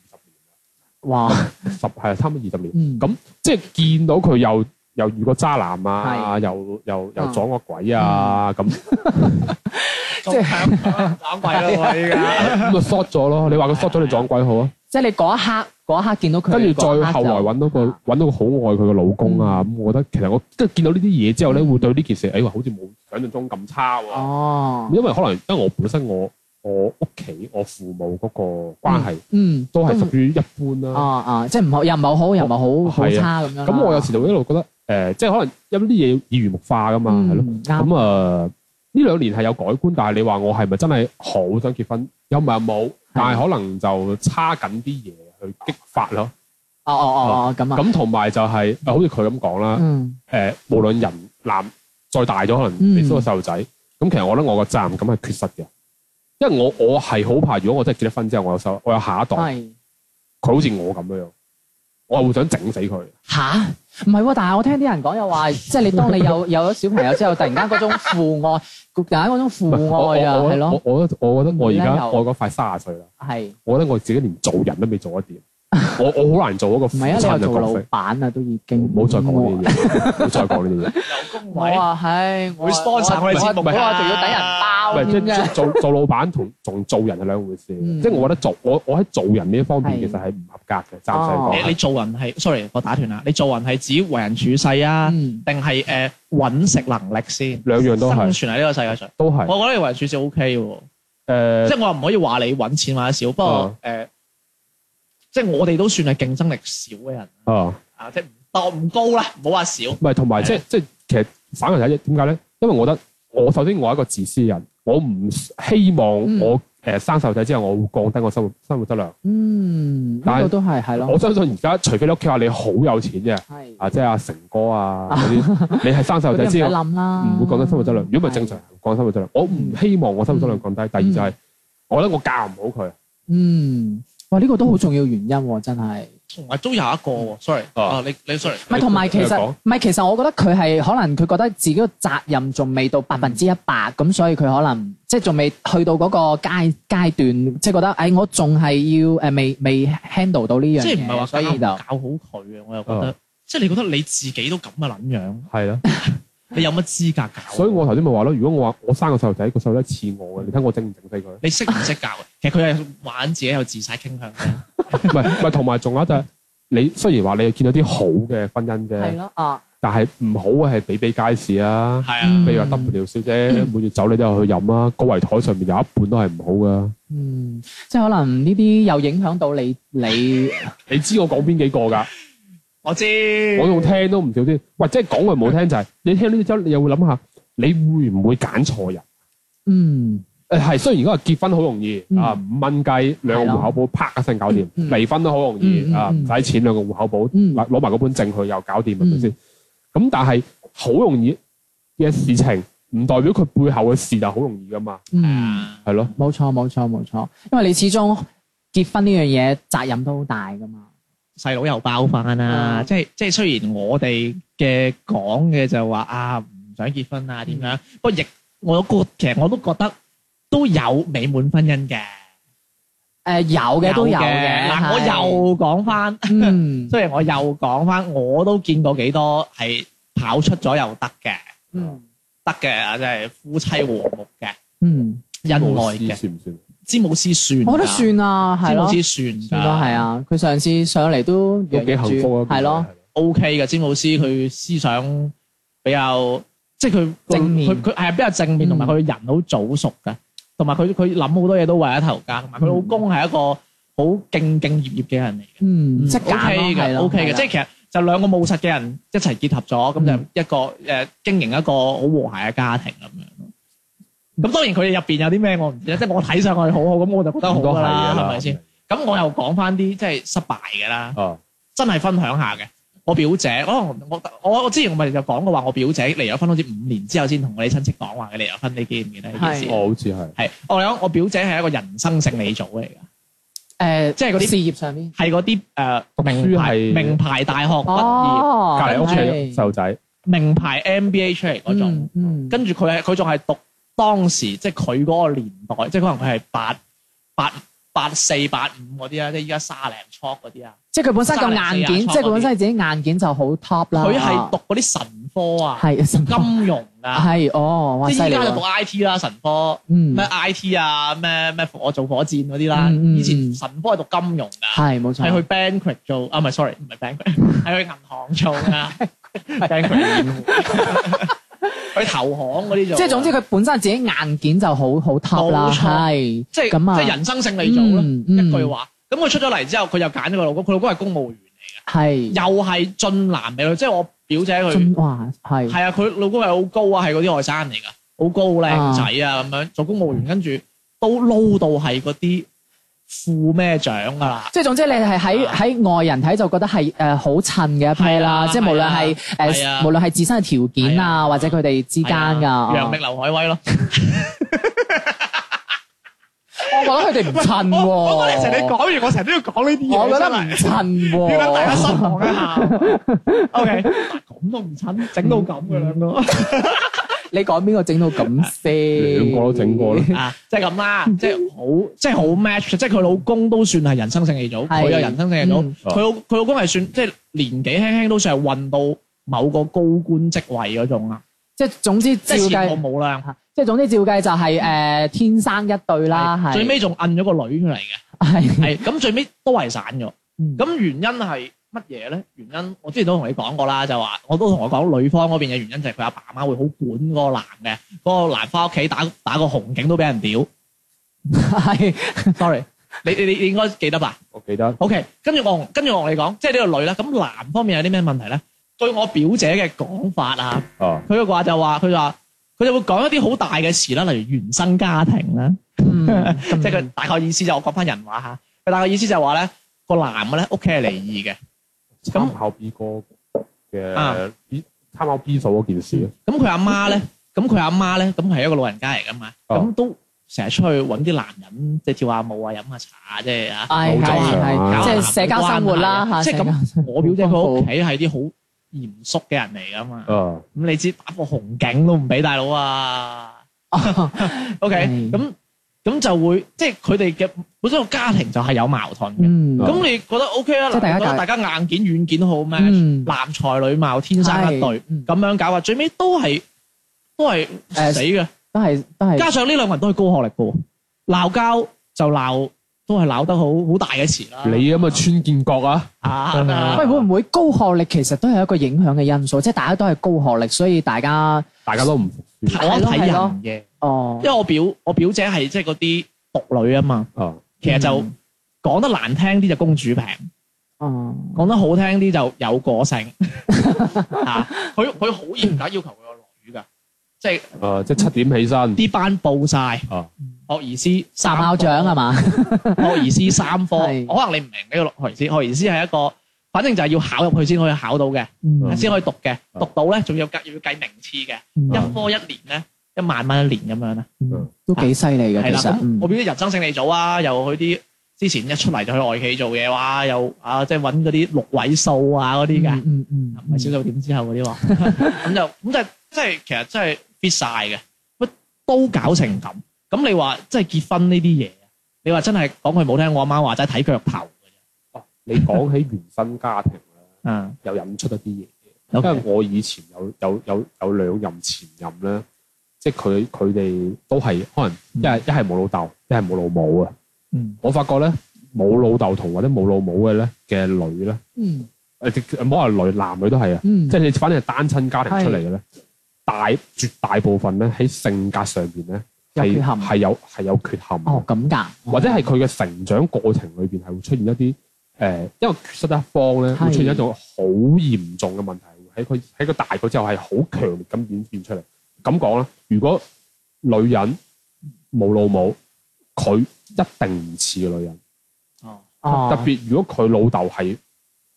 Speaker 2: 哇，
Speaker 4: 啦，十係啊差唔多二十年。
Speaker 2: 嗯
Speaker 4: 咁即係見到佢又又遇過渣男啊，
Speaker 2: 係
Speaker 4: 又又又
Speaker 2: 嗯
Speaker 4: 撞過鬼啊，咁
Speaker 3: 即係 *laughs* 講貴啦，依家
Speaker 4: 咁咪 short 咗咯。你話佢 short 咗，你撞鬼好啊？
Speaker 2: 即係你嗰一刻嗰一刻見到 *laughs* 佢，
Speaker 4: 跟
Speaker 2: 嗰
Speaker 4: 住
Speaker 2: 一刻
Speaker 4: 再後來
Speaker 2: 就嗯
Speaker 4: 揾到個揾到個好愛佢嘅老公啊，咁我覺得其實我即係見到呢啲嘢之後咧，會對呢件事，哎呀，好似冇想象中咁差喎。
Speaker 2: 哦，
Speaker 4: 因為可能因為我本身我我屋企我父母嗰個關係
Speaker 2: 嗯，
Speaker 4: 都係
Speaker 2: 咁
Speaker 4: 屬於一般
Speaker 2: 啊
Speaker 4: 啦。
Speaker 2: 啊，即係唔好，又唔係好好，又唔係好好
Speaker 4: 係啊
Speaker 2: 差咁樣啦。
Speaker 4: 咁我有時就會一路覺得誒，即係可能有啲嘢要耳濡目化噶嘛，係咯。
Speaker 2: 嗯
Speaker 4: 咁
Speaker 2: 啱
Speaker 4: 啊，呢兩年係有改觀，但係你話我係咪真係好想結婚？又唔係冇，但係可能就差緊啲嘢去激發咯。
Speaker 2: 哦哦哦哦咁啊，
Speaker 4: 咁同埋就係啊好似佢咁講啦。
Speaker 2: 嗯
Speaker 4: 誒、呃無論人男再大咗，可能
Speaker 2: 嗯
Speaker 4: 你都個細路仔，咁、其實我覺得我個責任感係缺失嘅，因為我我係好怕，如果我真係結咗婚之後，我有細，我有下一代，
Speaker 2: 係
Speaker 4: 佢好似我咁樣樣，我係會想整死佢。
Speaker 2: 吓，唔係喎，但係我聽啲人講又話，即係你當你
Speaker 4: *laughs*
Speaker 2: 有有咗小朋友之後，突然間嗰種父愛，突然間嗰種父
Speaker 4: 我
Speaker 2: 愛啊，
Speaker 4: 我
Speaker 2: 係咯，
Speaker 4: 我我我覺得我而
Speaker 2: 唔會咧
Speaker 4: 家
Speaker 2: 又
Speaker 4: 我嗰快卅歲啦，
Speaker 2: 係
Speaker 4: 我覺得我自己連做人都未做得掂，我我好難做一個
Speaker 2: 唔
Speaker 4: 父
Speaker 2: 係
Speaker 4: 親
Speaker 2: 啊？你
Speaker 4: 嘅
Speaker 2: 又做老啊
Speaker 4: 角色。
Speaker 2: 闆啊，都已經
Speaker 4: 唔好再講呢啲嘢，唔好再講呢啲
Speaker 2: *laughs*
Speaker 4: 嘢。
Speaker 3: 有工
Speaker 2: 我
Speaker 3: 位，
Speaker 2: 啊，唉，我
Speaker 3: 會 sponsor 我哋節目
Speaker 2: 我
Speaker 3: 㗎
Speaker 2: 話仲要等人
Speaker 4: 唔
Speaker 2: 包
Speaker 4: 係即
Speaker 2: 添
Speaker 4: 係
Speaker 2: 嘅，
Speaker 4: 做做做老闆同同做人係兩回事。
Speaker 2: 嗯
Speaker 4: 即係我覺得做我我喺做人呢一方面
Speaker 2: 係
Speaker 4: 其實係唔合格嘅，暫時嚟
Speaker 2: 哦
Speaker 4: 講係
Speaker 3: 你你做人係，sorry，我打斷啦，你做人係指為人處世啊，
Speaker 2: 嗯
Speaker 3: 定係誒揾食能力先？
Speaker 4: 兩樣都
Speaker 3: 生
Speaker 4: 係，
Speaker 3: 存喺呢個世界上，
Speaker 4: 都係
Speaker 3: 我覺得你為人處事 O K 喎，
Speaker 4: 诶
Speaker 3: 即係我話唔可以話你揾錢或者少，不
Speaker 4: 哦
Speaker 3: 過誒，即係我哋都算係競爭力少嘅人
Speaker 4: 啊，
Speaker 3: 啊，即係唔多唔高啦，唔好話少。
Speaker 4: 唔係同埋即係即係其實反而睇點解咧？因為我覺得我首先我係一個自私嘅人，我唔希望
Speaker 2: 嗯
Speaker 4: 我誒生細路仔之後，我會降低我生活生活質量。
Speaker 2: 嗯，
Speaker 4: 但係
Speaker 2: 呢個都係係咯
Speaker 4: 我，相信而家除非你屋企話你好有錢啫，
Speaker 2: 係
Speaker 4: 啊，即係阿成哥啊嗰啲，你係生細
Speaker 2: 嗰啲
Speaker 4: 路仔
Speaker 2: 唔使
Speaker 4: 之後。
Speaker 2: 諗啦，
Speaker 4: 唔會降低生活質量。如果唔係正常降生活質量，我唔希望我生活質量降低。第二就係我覺得我教唔好佢。
Speaker 2: 嗯，哇！呢個都好重要原因喎，真係。
Speaker 3: 同埋都有一個喎，sorry，
Speaker 4: 啊
Speaker 3: 啊你你 sorry，
Speaker 2: 唔係同埋其
Speaker 4: 你繼續
Speaker 2: 實
Speaker 4: 講
Speaker 2: 唔係其實，我覺得佢係可能佢覺得自己嘅責任仲未到百分之一百，咁所以佢可能即係仲未去到嗰個階階段，即係覺得誒、哎我仲係要誒未未 handle 到呢樣嘢，
Speaker 3: 即係唔係話
Speaker 2: 所以就
Speaker 3: 教教好佢嘅，我又覺得
Speaker 4: 啊，
Speaker 3: 即係你覺得你自己都咁嘅撚樣，
Speaker 2: 啊
Speaker 4: 係啦，
Speaker 3: 你有乜資格教？？
Speaker 4: 所以我頭先咪話咯，如果我話我生個細路仔，個細路仔似我嘅，你睇我整唔整死佢
Speaker 3: 你識唔
Speaker 2: *laughs*
Speaker 3: 識教嘅？其實佢係玩自己有自殺傾向嘅，
Speaker 4: 唔係唔係，同埋仲有一就係你雖然話你見到啲好嘅婚
Speaker 2: 係
Speaker 4: 姻啫，
Speaker 2: 咯啊，
Speaker 4: 但係唔好嘅係比比皆是啊。
Speaker 3: 係
Speaker 2: 嗯
Speaker 3: 啊，
Speaker 4: 譬如話 W 小姐每月酒你都有去飲啊，高圍台上面有一半都係唔好噶。
Speaker 2: 嗯，即係可能呢啲又影響到你你
Speaker 4: 你知我講邊幾個㗎？
Speaker 3: 我
Speaker 2: 嗯
Speaker 3: 知，
Speaker 4: 我仲聽都唔少啲。喂，即係講句唔好聽就係，你聽呢啲之後，你又會諗下，你會唔會揀錯人？
Speaker 2: 嗯
Speaker 4: 誒係，雖然嗰個結婚好容易
Speaker 2: 嗯
Speaker 4: 啊，五蚊雞兩個户口簿啪一聲搞掂，
Speaker 2: 嗯嗯
Speaker 4: 離婚都好容
Speaker 2: 嗯
Speaker 4: 易
Speaker 2: 嗯
Speaker 4: 啊，唔
Speaker 2: 嗯
Speaker 4: 使錢兩個户口簿
Speaker 2: 嗯
Speaker 4: 攞攞埋嗰本證去又搞掂，係咪
Speaker 2: 嗯
Speaker 4: 先？咁但係好容易嘅事情，唔代表佢背後嘅事就好容易噶嘛，
Speaker 2: 嗯。
Speaker 3: 啊
Speaker 4: 係咯。
Speaker 2: 冇錯冇錯冇錯，因為你始終結婚呢樣嘢責任都好大噶嘛。
Speaker 3: 細佬又爆翻啦，
Speaker 2: 嗯
Speaker 3: 即係即係雖然我哋嘅講嘅就話啊唔想結婚啊點樣，不過亦我個其實我都覺得都有美滿婚姻嘅，
Speaker 2: 誒、有嘅都有嘅，
Speaker 3: 嗱，我
Speaker 2: 係
Speaker 3: 又講 *laughs* 翻，
Speaker 2: 嗯
Speaker 3: 雖然我又講翻，我都見過幾多係跑出咗又得嘅，
Speaker 2: 嗯
Speaker 3: 得嘅啊，即係夫妻和睦嘅，
Speaker 2: 嗯，
Speaker 3: 恩
Speaker 4: 冇
Speaker 3: 愛
Speaker 4: 事
Speaker 3: 嘅，
Speaker 4: 算唔算？
Speaker 3: 詹姆斯算㗎，
Speaker 2: 我覺得算啊，係
Speaker 3: 詹姆
Speaker 2: 咯。
Speaker 3: 斯算㗎，
Speaker 2: 算啦，係啊，佢上次上嚟都
Speaker 4: 都幾幸福啊！
Speaker 2: 係咯，
Speaker 3: O K 嘅，詹姆斯佢思想比較，即係佢個
Speaker 2: 正面
Speaker 3: 佢佢係比較正面，同埋佢人好早熟嘅，同埋佢佢諗好多嘢都為咗頭家，同埋佢老公係一個好敬敬業業嘅人嚟嘅
Speaker 2: 嗯，即係揀
Speaker 3: O K
Speaker 2: 咯係
Speaker 3: 嘅
Speaker 2: 咯
Speaker 3: ，O K
Speaker 2: 係啊
Speaker 3: 嘅，
Speaker 2: 啦
Speaker 3: 即係其實就兩個務實嘅人一齊結合咗，咁
Speaker 2: 嗯
Speaker 3: 就一個誒經營一個好和諧嘅家庭咁樣咯。咁當然佢哋入邊有啲咩我唔知啦，即係我睇上去好好，咁我就覺得好
Speaker 4: 咁都
Speaker 3: 㗎
Speaker 4: 係
Speaker 3: 啦，
Speaker 4: 嘅
Speaker 3: 係
Speaker 4: 啦，
Speaker 3: 咪先？咁我又講翻啲即係失敗嘅啦。
Speaker 4: 啊，
Speaker 3: 真係分享下嘅。我表姐，可能我我我之前咪就講過話，我表姐離咗婚好似五年之後先同我哋親戚講話佢離咗婚，你記唔記得呢件
Speaker 2: 係
Speaker 3: 事？
Speaker 4: 我好似係
Speaker 3: 係我哋講，我表姐係一個人生勝利組嚟嘅，
Speaker 2: 誒，
Speaker 3: 即係嗰啲
Speaker 2: 事業上邊
Speaker 3: 係嗰啲誒
Speaker 4: 讀書
Speaker 3: 名牌
Speaker 4: 係
Speaker 3: 名牌大學畢業、
Speaker 4: 隔
Speaker 2: 哦，
Speaker 4: 離屋企
Speaker 2: 係
Speaker 4: 嘅細路仔，
Speaker 3: 名牌 MBA 出嚟嗰種，，
Speaker 2: 嗯嗯
Speaker 3: 跟住佢係佢仲係讀當時即係佢嗰個年代，即係可能佢係八八八四八五嗰啲啊啦，即係依家卅零 c 嗰啲啊，
Speaker 2: 即係佢本身個硬件，
Speaker 3: 三十四啊
Speaker 2: 即係佢本身自己硬件就好 top 啦。
Speaker 3: 佢係讀嗰啲神科啊、
Speaker 2: 係神科
Speaker 3: 金融啊。
Speaker 2: 係哦，哇
Speaker 3: 即
Speaker 2: 犀
Speaker 3: 係依
Speaker 2: 利
Speaker 3: 家就讀
Speaker 2: 喎！
Speaker 3: I T 啦，神科
Speaker 2: 嗯
Speaker 3: 咩，I T 啊，咩咩我做火箭嗰啲啦。
Speaker 2: 嗯嗯
Speaker 3: 以前
Speaker 2: 嗯
Speaker 3: 神科係讀金融㗎，
Speaker 2: 係冇
Speaker 3: 係
Speaker 2: 錯，
Speaker 3: 去 banquet 做啊，唔係 sorry，唔係 banquet，係 *laughs* 去銀行做
Speaker 2: *laughs*
Speaker 3: 㗎。banquet 宴會 *laughs* 去投行嗰啲做。
Speaker 2: 即係總之佢本身自己硬件就好好 top 啦，
Speaker 3: 啊冇錯
Speaker 2: 係
Speaker 3: 即係
Speaker 2: 咁啊
Speaker 3: 即係人生勝利組啦。
Speaker 2: 嗯嗯
Speaker 3: 一句話，咁佢出咗嚟之後，佢又揀咗個老公，佢老公係公務員嚟
Speaker 2: 係
Speaker 3: 嘅，又係俊男美女，即係我表姐佢。
Speaker 2: 真哇係
Speaker 3: 係啊，佢老公係好高啊，係嗰啲外生嚟㗎，好高好靚仔啊咁樣，做公務員跟住都撈到係嗰啲副咩獎㗎啦，
Speaker 2: 即係總之你係喺
Speaker 3: 啊
Speaker 2: 喺外人睇就覺得係誒好襯嘅一批
Speaker 3: 係啊
Speaker 2: 啦，即係無論係
Speaker 3: 係啊
Speaker 2: 誒無論係自身嘅條件
Speaker 3: 係啊
Speaker 2: 啊，或者佢哋之間㗎，
Speaker 3: 楊
Speaker 2: 啊
Speaker 3: 冪劉海
Speaker 2: *laughs*
Speaker 3: 威咯。
Speaker 2: 我覺得佢哋唔襯喎，
Speaker 3: 我我覺得成日你講完，我成日都要講呢啲嘢，
Speaker 2: 我覺得唔
Speaker 3: 真係
Speaker 2: 襯
Speaker 3: 要等大家失
Speaker 2: 喎，
Speaker 3: 望
Speaker 2: *laughs*
Speaker 3: 一下。O K，咁都唔襯，整到咁嘅兩個。
Speaker 2: 你講邊個整到咁先？
Speaker 4: 兩個都整過啦。
Speaker 3: 啊，即係咁啦，即係好，即係好 match，即係佢老公都算係人生勝利組，
Speaker 2: 係
Speaker 3: 佢有人生勝利組
Speaker 2: 嗯，
Speaker 3: 佢老佢老公係算即係年紀輕輕都算係混到某個高官職位嗰種啦，
Speaker 2: 即係總之照
Speaker 3: 即係前我
Speaker 2: 計，
Speaker 3: 冇啦，
Speaker 2: 即係總之照計就係誒天生一對啦，係
Speaker 3: 最尾仲摁咗個女出嚟嘅，
Speaker 2: 係
Speaker 3: 係咁最尾都係散咗，
Speaker 2: 嗯
Speaker 3: 咁原因係乜嘢咧？原因我之前都同你講過啦，就話我都同我講女方嗰邊嘅原因就係佢阿爸媽會好管嗰個男嘅，嗰個男翻屋企打打個紅警都俾人屌。
Speaker 2: 係
Speaker 3: sorry，你你你你應該記得吧？
Speaker 4: 我記得
Speaker 3: OK，跟住我跟住我嚟講，即係呢個女啦。咁男方面有啲咩問題咧？據我表姐嘅講法啊，
Speaker 4: 啊，
Speaker 3: 佢嘅話就話佢話佢就會講一啲好大嘅事啦，例如原生家庭啦，
Speaker 2: 嗯
Speaker 3: 即係佢大概意思就我講翻人話嚇，佢大概意思就話咧個男嘅咧屋企係離異嘅，
Speaker 4: 參考 B 哥嘅
Speaker 3: 啊
Speaker 4: B 參考 B 數嗰件事，
Speaker 3: 咁佢阿媽咧，咁佢阿媽咧，咁係一個老人家嚟噶嘛，
Speaker 4: 哦
Speaker 3: 咁都成日出去揾啲男人即係跳下舞啊、飲下茶即係啊。
Speaker 2: 係
Speaker 4: 冇錯
Speaker 2: 係
Speaker 4: 啊
Speaker 2: 係，即係社交生活啦嚇。
Speaker 3: 即係
Speaker 2: 社交
Speaker 3: 咁
Speaker 2: 生活
Speaker 3: 我表姐佢屋企係啲好嚴肅嘅人嚟噶嘛。
Speaker 4: 啊，
Speaker 3: 咁你知打破紅警都唔俾大佬啊，OK，
Speaker 2: 係
Speaker 3: 咁咁就會即係佢哋嘅本身個家庭就係有矛盾嘅。
Speaker 2: 嗯
Speaker 3: 咁你覺得 OK 啊？
Speaker 2: 即係大家
Speaker 3: 嗱你覺得
Speaker 2: 夾
Speaker 3: 大家硬件軟件都好咩？
Speaker 2: 嗯
Speaker 3: 男才女貌天生一對
Speaker 2: 係嗯
Speaker 3: 咁樣搞啊，最尾都係都係
Speaker 2: 誒
Speaker 3: 死嘅。
Speaker 2: 都係都係
Speaker 3: 加上呢兩個人都係高學歷嘅喎，鬧交就鬧都係鬧得好好大嘅詞啦。
Speaker 4: 你咁嘅村建國啊，
Speaker 3: 啊
Speaker 2: 喂，會唔會高學歷其實都係一個影響嘅因素？即係大家都係高學歷，所以大家
Speaker 4: 大家都唔服輸
Speaker 3: 睇睇
Speaker 2: 係
Speaker 3: 人
Speaker 2: 咯
Speaker 3: 嘅，
Speaker 2: 哦
Speaker 3: 因為我表我表姐係即係嗰啲獨女啊嘛。
Speaker 4: 啊，
Speaker 3: 其實就講得難聽啲就公主病，
Speaker 2: 哦，
Speaker 3: 講得好聽啲就有個性啊！佢佢好嚴格要求佢個落語㗎，即係
Speaker 4: 誒啊即係七點起身
Speaker 3: 啲班報晒
Speaker 4: 啊，
Speaker 3: 學而思
Speaker 2: 三
Speaker 3: 三
Speaker 2: 校
Speaker 3: 科
Speaker 2: 獎係，嘛？
Speaker 3: 學而思三科，可能你
Speaker 2: 係
Speaker 3: 唔明呢個學而思，學而思係一個。反正就係要考入去先可以考到嘅，
Speaker 2: 嗯
Speaker 3: 先可以讀嘅，
Speaker 4: 啊
Speaker 3: 讀到咧仲要計要計名次嘅，
Speaker 2: 嗯
Speaker 3: 一科一年咧一萬蚊一年咁樣咧，
Speaker 2: 嗯都幾犀利嘅
Speaker 3: 係啦。
Speaker 2: 其實，
Speaker 3: 咁
Speaker 2: 嗯
Speaker 3: 我表啲人生勝利組啊，又去啲之前一出嚟就去外企做嘢，哇！又啊，即係揾嗰啲六位數啊嗰啲㗎。
Speaker 2: 嗯嗯
Speaker 3: 唔係小數點之後嗰
Speaker 2: *laughs*
Speaker 3: 啲喎，咁就咁就即係其實真係 fit 晒嘅，乜都搞成咁。咁你話即係結婚呢啲嘢，你話真係講句冇聽，我阿媽話齋睇腳頭嘅
Speaker 4: 你講起原生家庭咧，
Speaker 3: 啫。啊
Speaker 2: 嗯
Speaker 4: 又引出一啲嘢。因為
Speaker 3: ，OK，
Speaker 4: 我以前有有有有兩任前任咧，即係佢佢哋都係可能一係一係冇老豆，一係冇老母啊。
Speaker 3: 嗯，
Speaker 4: 我發覺咧，冇老豆同或者冇老母嘅咧嘅女咧，
Speaker 2: 嗯
Speaker 4: 誒唔好話女，男女都係啊，
Speaker 2: 嗯，
Speaker 4: 即係你反正係單親家庭
Speaker 2: 係
Speaker 4: 出嚟嘅咧，大絕大部分咧喺性格上邊咧
Speaker 2: 有缺
Speaker 4: 係
Speaker 2: 陷
Speaker 4: 係有係有缺陷嘅，
Speaker 2: 哦咁㗎，
Speaker 4: 或者係佢嘅成長過程裏邊係會出現一啲誒、呃因為缺失一方咧，
Speaker 2: 係
Speaker 4: 會出現一種好嚴重嘅問題，喺佢喺佢大個之後係好強烈咁演變出嚟。咁講啦，如果女人冇老母，佢一定唔似個女人，
Speaker 3: 哦，
Speaker 2: 哦
Speaker 4: 特別如果佢老豆係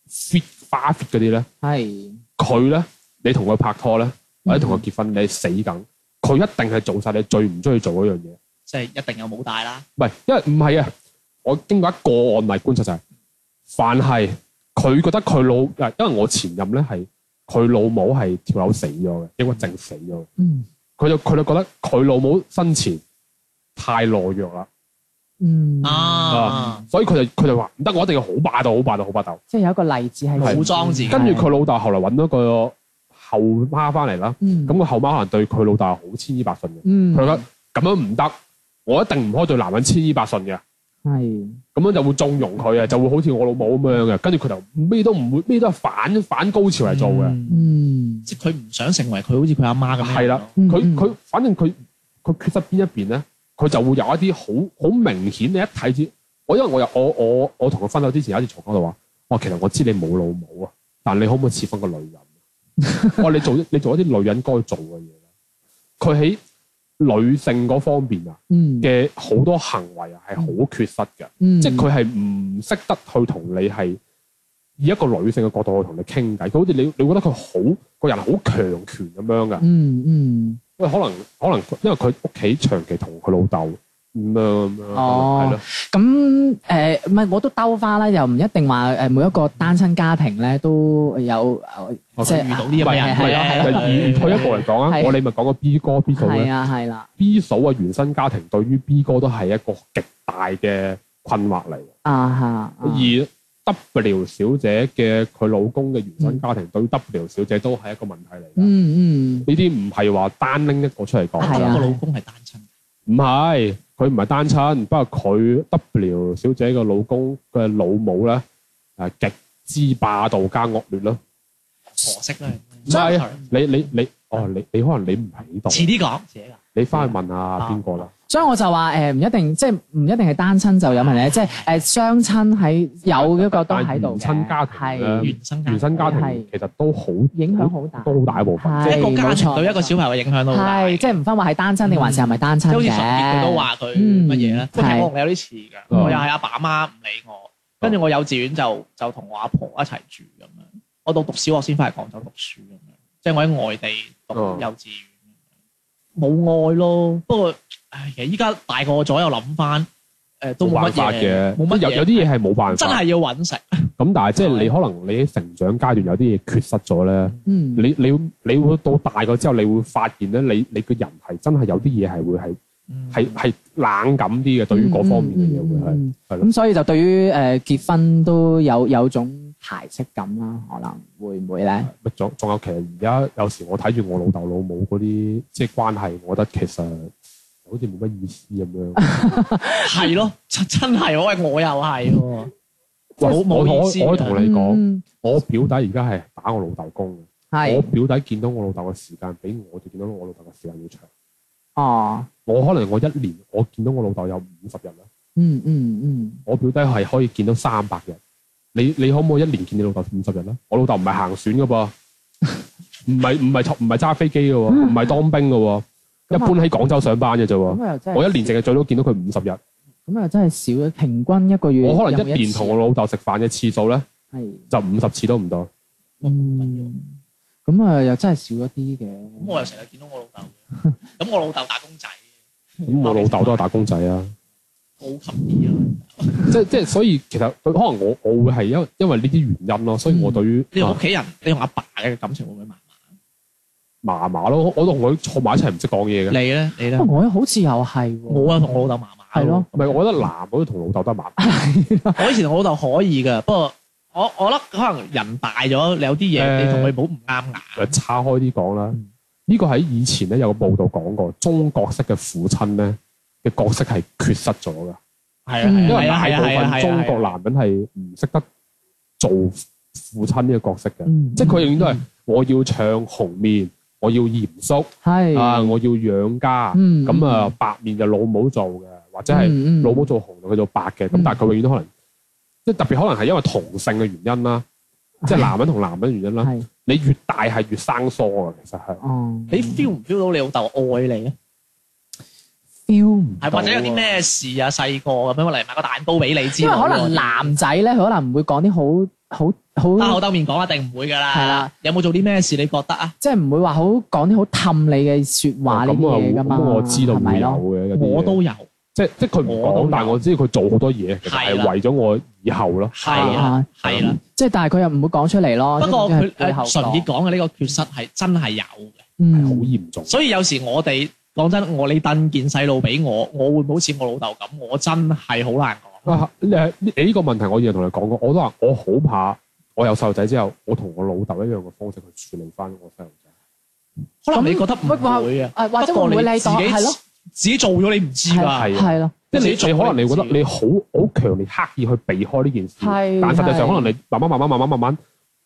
Speaker 4: fit 花 fit 嗰啲咧，
Speaker 2: 係
Speaker 4: 佢咧你同佢拍拖咧，
Speaker 3: 嗯
Speaker 4: 或者同佢結婚，你係死梗，佢一定係做晒你最唔中意做嗰樣嘢。
Speaker 3: 即係一定有冇帶啦。
Speaker 4: 唔係，因為唔係啊，我經過一個案例觀察就係、凡係佢覺得佢老，誒因為我前任咧係佢老母係跳樓死咗嘅，抑鬱症死咗嘅，
Speaker 2: 嗯
Speaker 4: 佢就佢就覺得佢老母生前太懦弱啦，
Speaker 2: 嗯，
Speaker 3: 啊，
Speaker 4: 所以佢就佢就話唔得，我一定要好霸道，好霸道，好霸道。
Speaker 2: 即係有一個例子係
Speaker 4: 係
Speaker 3: 武裝自己
Speaker 4: 跟住佢老豆後來揾咗個後媽翻嚟啦，
Speaker 2: 嗯
Speaker 4: 咁個後媽可能對佢老豆係好千依百順嘅，
Speaker 2: 嗯
Speaker 4: 佢覺得咁樣唔得，我一定唔可以對男人千依百順嘅。
Speaker 2: 係
Speaker 4: 咁樣就會縱容佢啊，就會好似我老母咁樣嘅，跟住佢就咩都唔會，咩都係反反高潮嚟做嘅。
Speaker 3: 嗯
Speaker 2: 嗯
Speaker 3: 即係佢唔想成為佢好似佢阿媽咁樣。
Speaker 4: 係啦，
Speaker 2: 嗯
Speaker 4: 佢
Speaker 2: 嗯
Speaker 4: 佢反正佢佢缺失邊一邊咧，佢就會有一啲好好明顯，你一睇知。我因為我有我我我同佢分手之前有一次嘈交就話，我其實我知你冇老母啊，但你可唔可以似翻個女人？啊
Speaker 2: *laughs*
Speaker 4: 我話你做你做一啲女人該做嘅嘢啦。佢喺女性嗰方面啊
Speaker 2: 嗯
Speaker 4: 嘅好多行為啊係好缺失嘅。
Speaker 2: 嗯
Speaker 4: 即係佢係唔識得去同你係以一個女性嘅角度去同你傾偈，佢好似你你覺得佢好個人好強權咁樣噶。
Speaker 2: 嗯嗯
Speaker 4: 喂，可能可能因為佢屋企長期同佢老豆咁樣咁樣，
Speaker 2: 哦
Speaker 4: 係咯，
Speaker 2: 咁誒唔係我都兜翻啦，又唔一定話誒每一個單親家庭咧都有呃
Speaker 4: 我
Speaker 2: 即係
Speaker 3: 哦
Speaker 2: 啊
Speaker 3: 遇到呢啲咁嘅
Speaker 2: 係
Speaker 3: 人
Speaker 2: 係係
Speaker 4: 而
Speaker 2: 係
Speaker 3: 係
Speaker 2: 係
Speaker 3: 咯
Speaker 4: 而退一步嚟講啊，
Speaker 2: 係
Speaker 4: 我哋咪講個 B 哥 B 嫂
Speaker 2: 係
Speaker 4: 咧
Speaker 2: 啊係啦
Speaker 4: ，B 嫂嘅原生家庭對於 B 哥都係一個極大嘅困惑嚟。
Speaker 2: 啊嚇，
Speaker 4: 而 W 小姐嘅佢老公嘅原生家庭對 W 小姐都係一個問題嚟㗎。
Speaker 2: 嗯嗯
Speaker 4: 呢啲唔係話單拎一個出嚟講，
Speaker 2: 係啊
Speaker 3: 個老公係單親，
Speaker 4: 唔係佢唔係單親，不過佢 W 小姐嘅老公嘅老母咧，誒極之霸道加惡劣咯。
Speaker 3: 婆媳啦。
Speaker 4: 唔係
Speaker 3: Sorry，
Speaker 4: 你你你，哦你你可能你唔喺
Speaker 3: 遲
Speaker 4: 度，
Speaker 3: 啲講，自己㗎
Speaker 2: 啊
Speaker 4: 你翻去問下邊個啦。
Speaker 2: 所以我就話呃誒唔一定，即係唔一定係單親就有問題，即係誒雙親喺有一個都喺度嘅，
Speaker 4: 但係原生家庭
Speaker 2: 係
Speaker 4: 咧
Speaker 3: 原生
Speaker 4: 原生家庭
Speaker 2: 係
Speaker 4: 其實都好
Speaker 2: 影響好大，
Speaker 4: 都好大一部分，
Speaker 2: 係
Speaker 4: 即係
Speaker 3: 一個家庭對一個小朋友嘅影響都好大
Speaker 2: 係即係唔分話係單親定還是係咪單親
Speaker 3: 即係
Speaker 2: 嘅，
Speaker 3: 好似常傑佢都話佢乜嘢咧
Speaker 2: 嗯，
Speaker 3: 不過其
Speaker 2: 係
Speaker 3: 實我同你有啲似㗎，
Speaker 4: 嗯
Speaker 3: 我又係阿爸阿媽唔理我，跟住我幼稚園就就同我阿婆一齊住咁樣，我到讀小學先翻嚟廣州讀書咁樣，即係我喺外地讀
Speaker 4: 嗯
Speaker 3: 幼稚園，冇愛咯。不過唉，其實依家大個咗又諗翻，誒都
Speaker 4: 冇
Speaker 3: 冇
Speaker 4: 辦
Speaker 3: 乜
Speaker 4: 法
Speaker 3: 嘢，冇
Speaker 4: 嘅，即係
Speaker 3: 乜
Speaker 4: 有
Speaker 3: 嘢
Speaker 4: 有啲嘢係冇辦
Speaker 3: 真
Speaker 4: 法。
Speaker 3: 係要揾食，
Speaker 4: 咁但係即係你可能你喺成長階段有啲嘢缺失咗咧，
Speaker 2: 嗯
Speaker 4: 你你你會到大個之後，你會發現咧，你你個人係真係有啲嘢係會係
Speaker 3: 嗯
Speaker 4: 係係冷感啲嘅，對於嗰方面嘅嘢會
Speaker 2: 嗯
Speaker 4: 係
Speaker 2: 嗯嗯嗯
Speaker 4: 係咯
Speaker 2: 咁所以就對於誒結婚都有有種排斥感啦，可能會唔會咧？
Speaker 4: 咪啊仲仲有其實而家有時我睇住我老豆老母嗰啲即係關係，我覺得其實好似冇乜意思
Speaker 2: *laughs*
Speaker 4: 咁樣。
Speaker 3: 係咯，真真係喎喂，我又係喎。
Speaker 4: 喂
Speaker 3: 冇冇
Speaker 4: 我我
Speaker 3: 意思
Speaker 4: 我可以同你講，
Speaker 2: 啊嗯，
Speaker 4: 我表弟而家係打我老豆工嘅。我
Speaker 2: 係
Speaker 4: 表弟見到我老豆嘅時間，比我哋見到我老豆嘅時間要長。
Speaker 2: 哦，
Speaker 4: 我可能我一年我見到我老豆有五十日啦，
Speaker 2: 嗯嗯嗯，
Speaker 4: 我表弟係可以見到三百日。你你可唔可以一年見你老豆五十日咧？我老豆唔係行船噶噃，唔係唔係唔係揸飛機噶喎，
Speaker 2: 嗯
Speaker 4: 唔係當兵噶喎，
Speaker 2: 啊
Speaker 4: 一般喺廣州上班嘅啫喎。
Speaker 2: 咁又真
Speaker 4: 我
Speaker 2: 係，
Speaker 4: 一年淨係最多見到佢五十日，
Speaker 2: 咁又真係少嘅，平均一個月
Speaker 4: 我可能
Speaker 2: 有冇
Speaker 4: 一年
Speaker 2: 次
Speaker 4: 同我老豆食飯嘅次數咧
Speaker 2: 係，
Speaker 4: 就五十次都唔到。
Speaker 2: 嗯，咁啊又真係少咗啲
Speaker 3: 咁
Speaker 2: 嘅，
Speaker 3: 我又成日見到我老豆
Speaker 4: *laughs*
Speaker 3: 嘅，咁我老豆打工仔，
Speaker 2: 嗯
Speaker 4: 咁我老豆都係打工仔啊。
Speaker 3: 高級啲咯。
Speaker 4: 即即係所以其實可能我我會係因因為呢啲原因咯，所
Speaker 2: 嗯
Speaker 4: 以我對於
Speaker 3: 你同
Speaker 4: 啊
Speaker 3: 屋企人，你同阿爸嘅感情會唔會麻
Speaker 4: 麻麻咯，我同佢坐埋一齊唔識講嘢
Speaker 3: 麻？
Speaker 4: 嘅。
Speaker 3: 你咧，你咧
Speaker 2: 不，過我好似又係喎，
Speaker 3: 我啊同我老豆麻麻。
Speaker 2: 係咯，
Speaker 4: 唔係，我覺得男嗰啲同老豆都係麻麻。
Speaker 3: 我以前同我老豆可以噶，不過我我覺得可能人大咗，你有啲嘢
Speaker 4: 誒
Speaker 3: 你同佢冇唔啱牙。
Speaker 4: 誒呃岔開啲講啦，呢個喺以前咧有個報道講過，中國式嘅父親咧嘅角色係缺失咗㗎，
Speaker 3: 係
Speaker 2: 嗯
Speaker 4: 因為
Speaker 3: 係啊
Speaker 4: 大
Speaker 3: 係啊
Speaker 4: 部
Speaker 3: 係啊係啊
Speaker 4: 分中國
Speaker 3: 係啊
Speaker 4: 男人係唔識得做父親呢個角色嘅，
Speaker 2: 嗯
Speaker 4: 即係佢永遠都係我要唱紅面，我要嚴肅
Speaker 2: 係
Speaker 4: 啊，，我要養家，
Speaker 2: 嗯
Speaker 4: 咁啊白面就老母做嘅，或者係
Speaker 2: 係
Speaker 4: 老母做紅佢做白嘅，咁
Speaker 2: 嗯
Speaker 4: 但係佢永遠都可能即係特別可能係因為同性嘅原因啦，即係
Speaker 2: 嗯
Speaker 4: 男人同男人嘅原因啦。
Speaker 2: 係
Speaker 4: 你越大係越生疏啊，其實係。
Speaker 2: 哦，
Speaker 3: 你 feel 唔 feel 到你老豆愛你咧？
Speaker 2: feel 唔
Speaker 3: 係或者有啲咩事啊？細個咁樣嚟買個蛋糕俾你知
Speaker 2: 因為
Speaker 3: 道喎，
Speaker 2: 可能男仔咧，佢可能唔會講啲好好
Speaker 3: 兜口
Speaker 2: 好，
Speaker 3: 兜面講一定唔會㗎啦。
Speaker 2: 係啦，
Speaker 3: 有冇做啲咩事你覺得啊？
Speaker 2: 即係唔會話好講啲好氹你嘅説話呢啲嘢
Speaker 4: 咁
Speaker 2: 噶
Speaker 4: 啊，
Speaker 2: 嘛，
Speaker 4: 咁我知道
Speaker 2: 係咪
Speaker 4: 會有
Speaker 2: 咯？
Speaker 4: 嘅有啲嘢，
Speaker 3: 我都有，
Speaker 4: 即係即係佢唔
Speaker 3: 我都有
Speaker 4: 講，但係我知道佢做好多嘢，其實
Speaker 3: 係啦
Speaker 4: 係為咗我以後咯。
Speaker 3: 係
Speaker 4: 啦
Speaker 3: 啦
Speaker 2: 啊，
Speaker 3: 係啦。
Speaker 2: 即係但係佢又唔會講出嚟咯。
Speaker 3: 不過
Speaker 2: 哦即係
Speaker 3: 佢呃
Speaker 2: 背後
Speaker 3: 誒純
Speaker 2: 講，
Speaker 3: 潔講嘅呢個缺失係真係有嘅。
Speaker 4: 係好
Speaker 2: 嗯，
Speaker 4: 嚴重。
Speaker 3: 所以有時我哋講真，我你掟件細路俾我，我會唔會好似我老豆咁？我真係好難講。
Speaker 4: 啊，你係你呢個問題，我以前同你講過，我都話我好怕我有細路仔之後，我同我老豆一樣嘅方式去處理翻我細路仔。
Speaker 3: 可能
Speaker 2: 咁
Speaker 3: 你覺得唔會啊，
Speaker 2: 誒或者
Speaker 3: 不過
Speaker 2: 會唔會
Speaker 3: 你
Speaker 2: 你
Speaker 3: 自
Speaker 2: 當係
Speaker 3: 己
Speaker 2: 咯
Speaker 3: 自己做咗你唔知㗎。
Speaker 4: 係啊
Speaker 2: 係咯，
Speaker 4: 即係
Speaker 3: 自己做
Speaker 4: 你你可能你會
Speaker 3: 你唔知
Speaker 4: 覺得你好好強烈刻意去避開呢件事，
Speaker 2: 係
Speaker 4: 但實際上
Speaker 2: 係
Speaker 4: 可能你慢慢慢慢慢慢慢慢，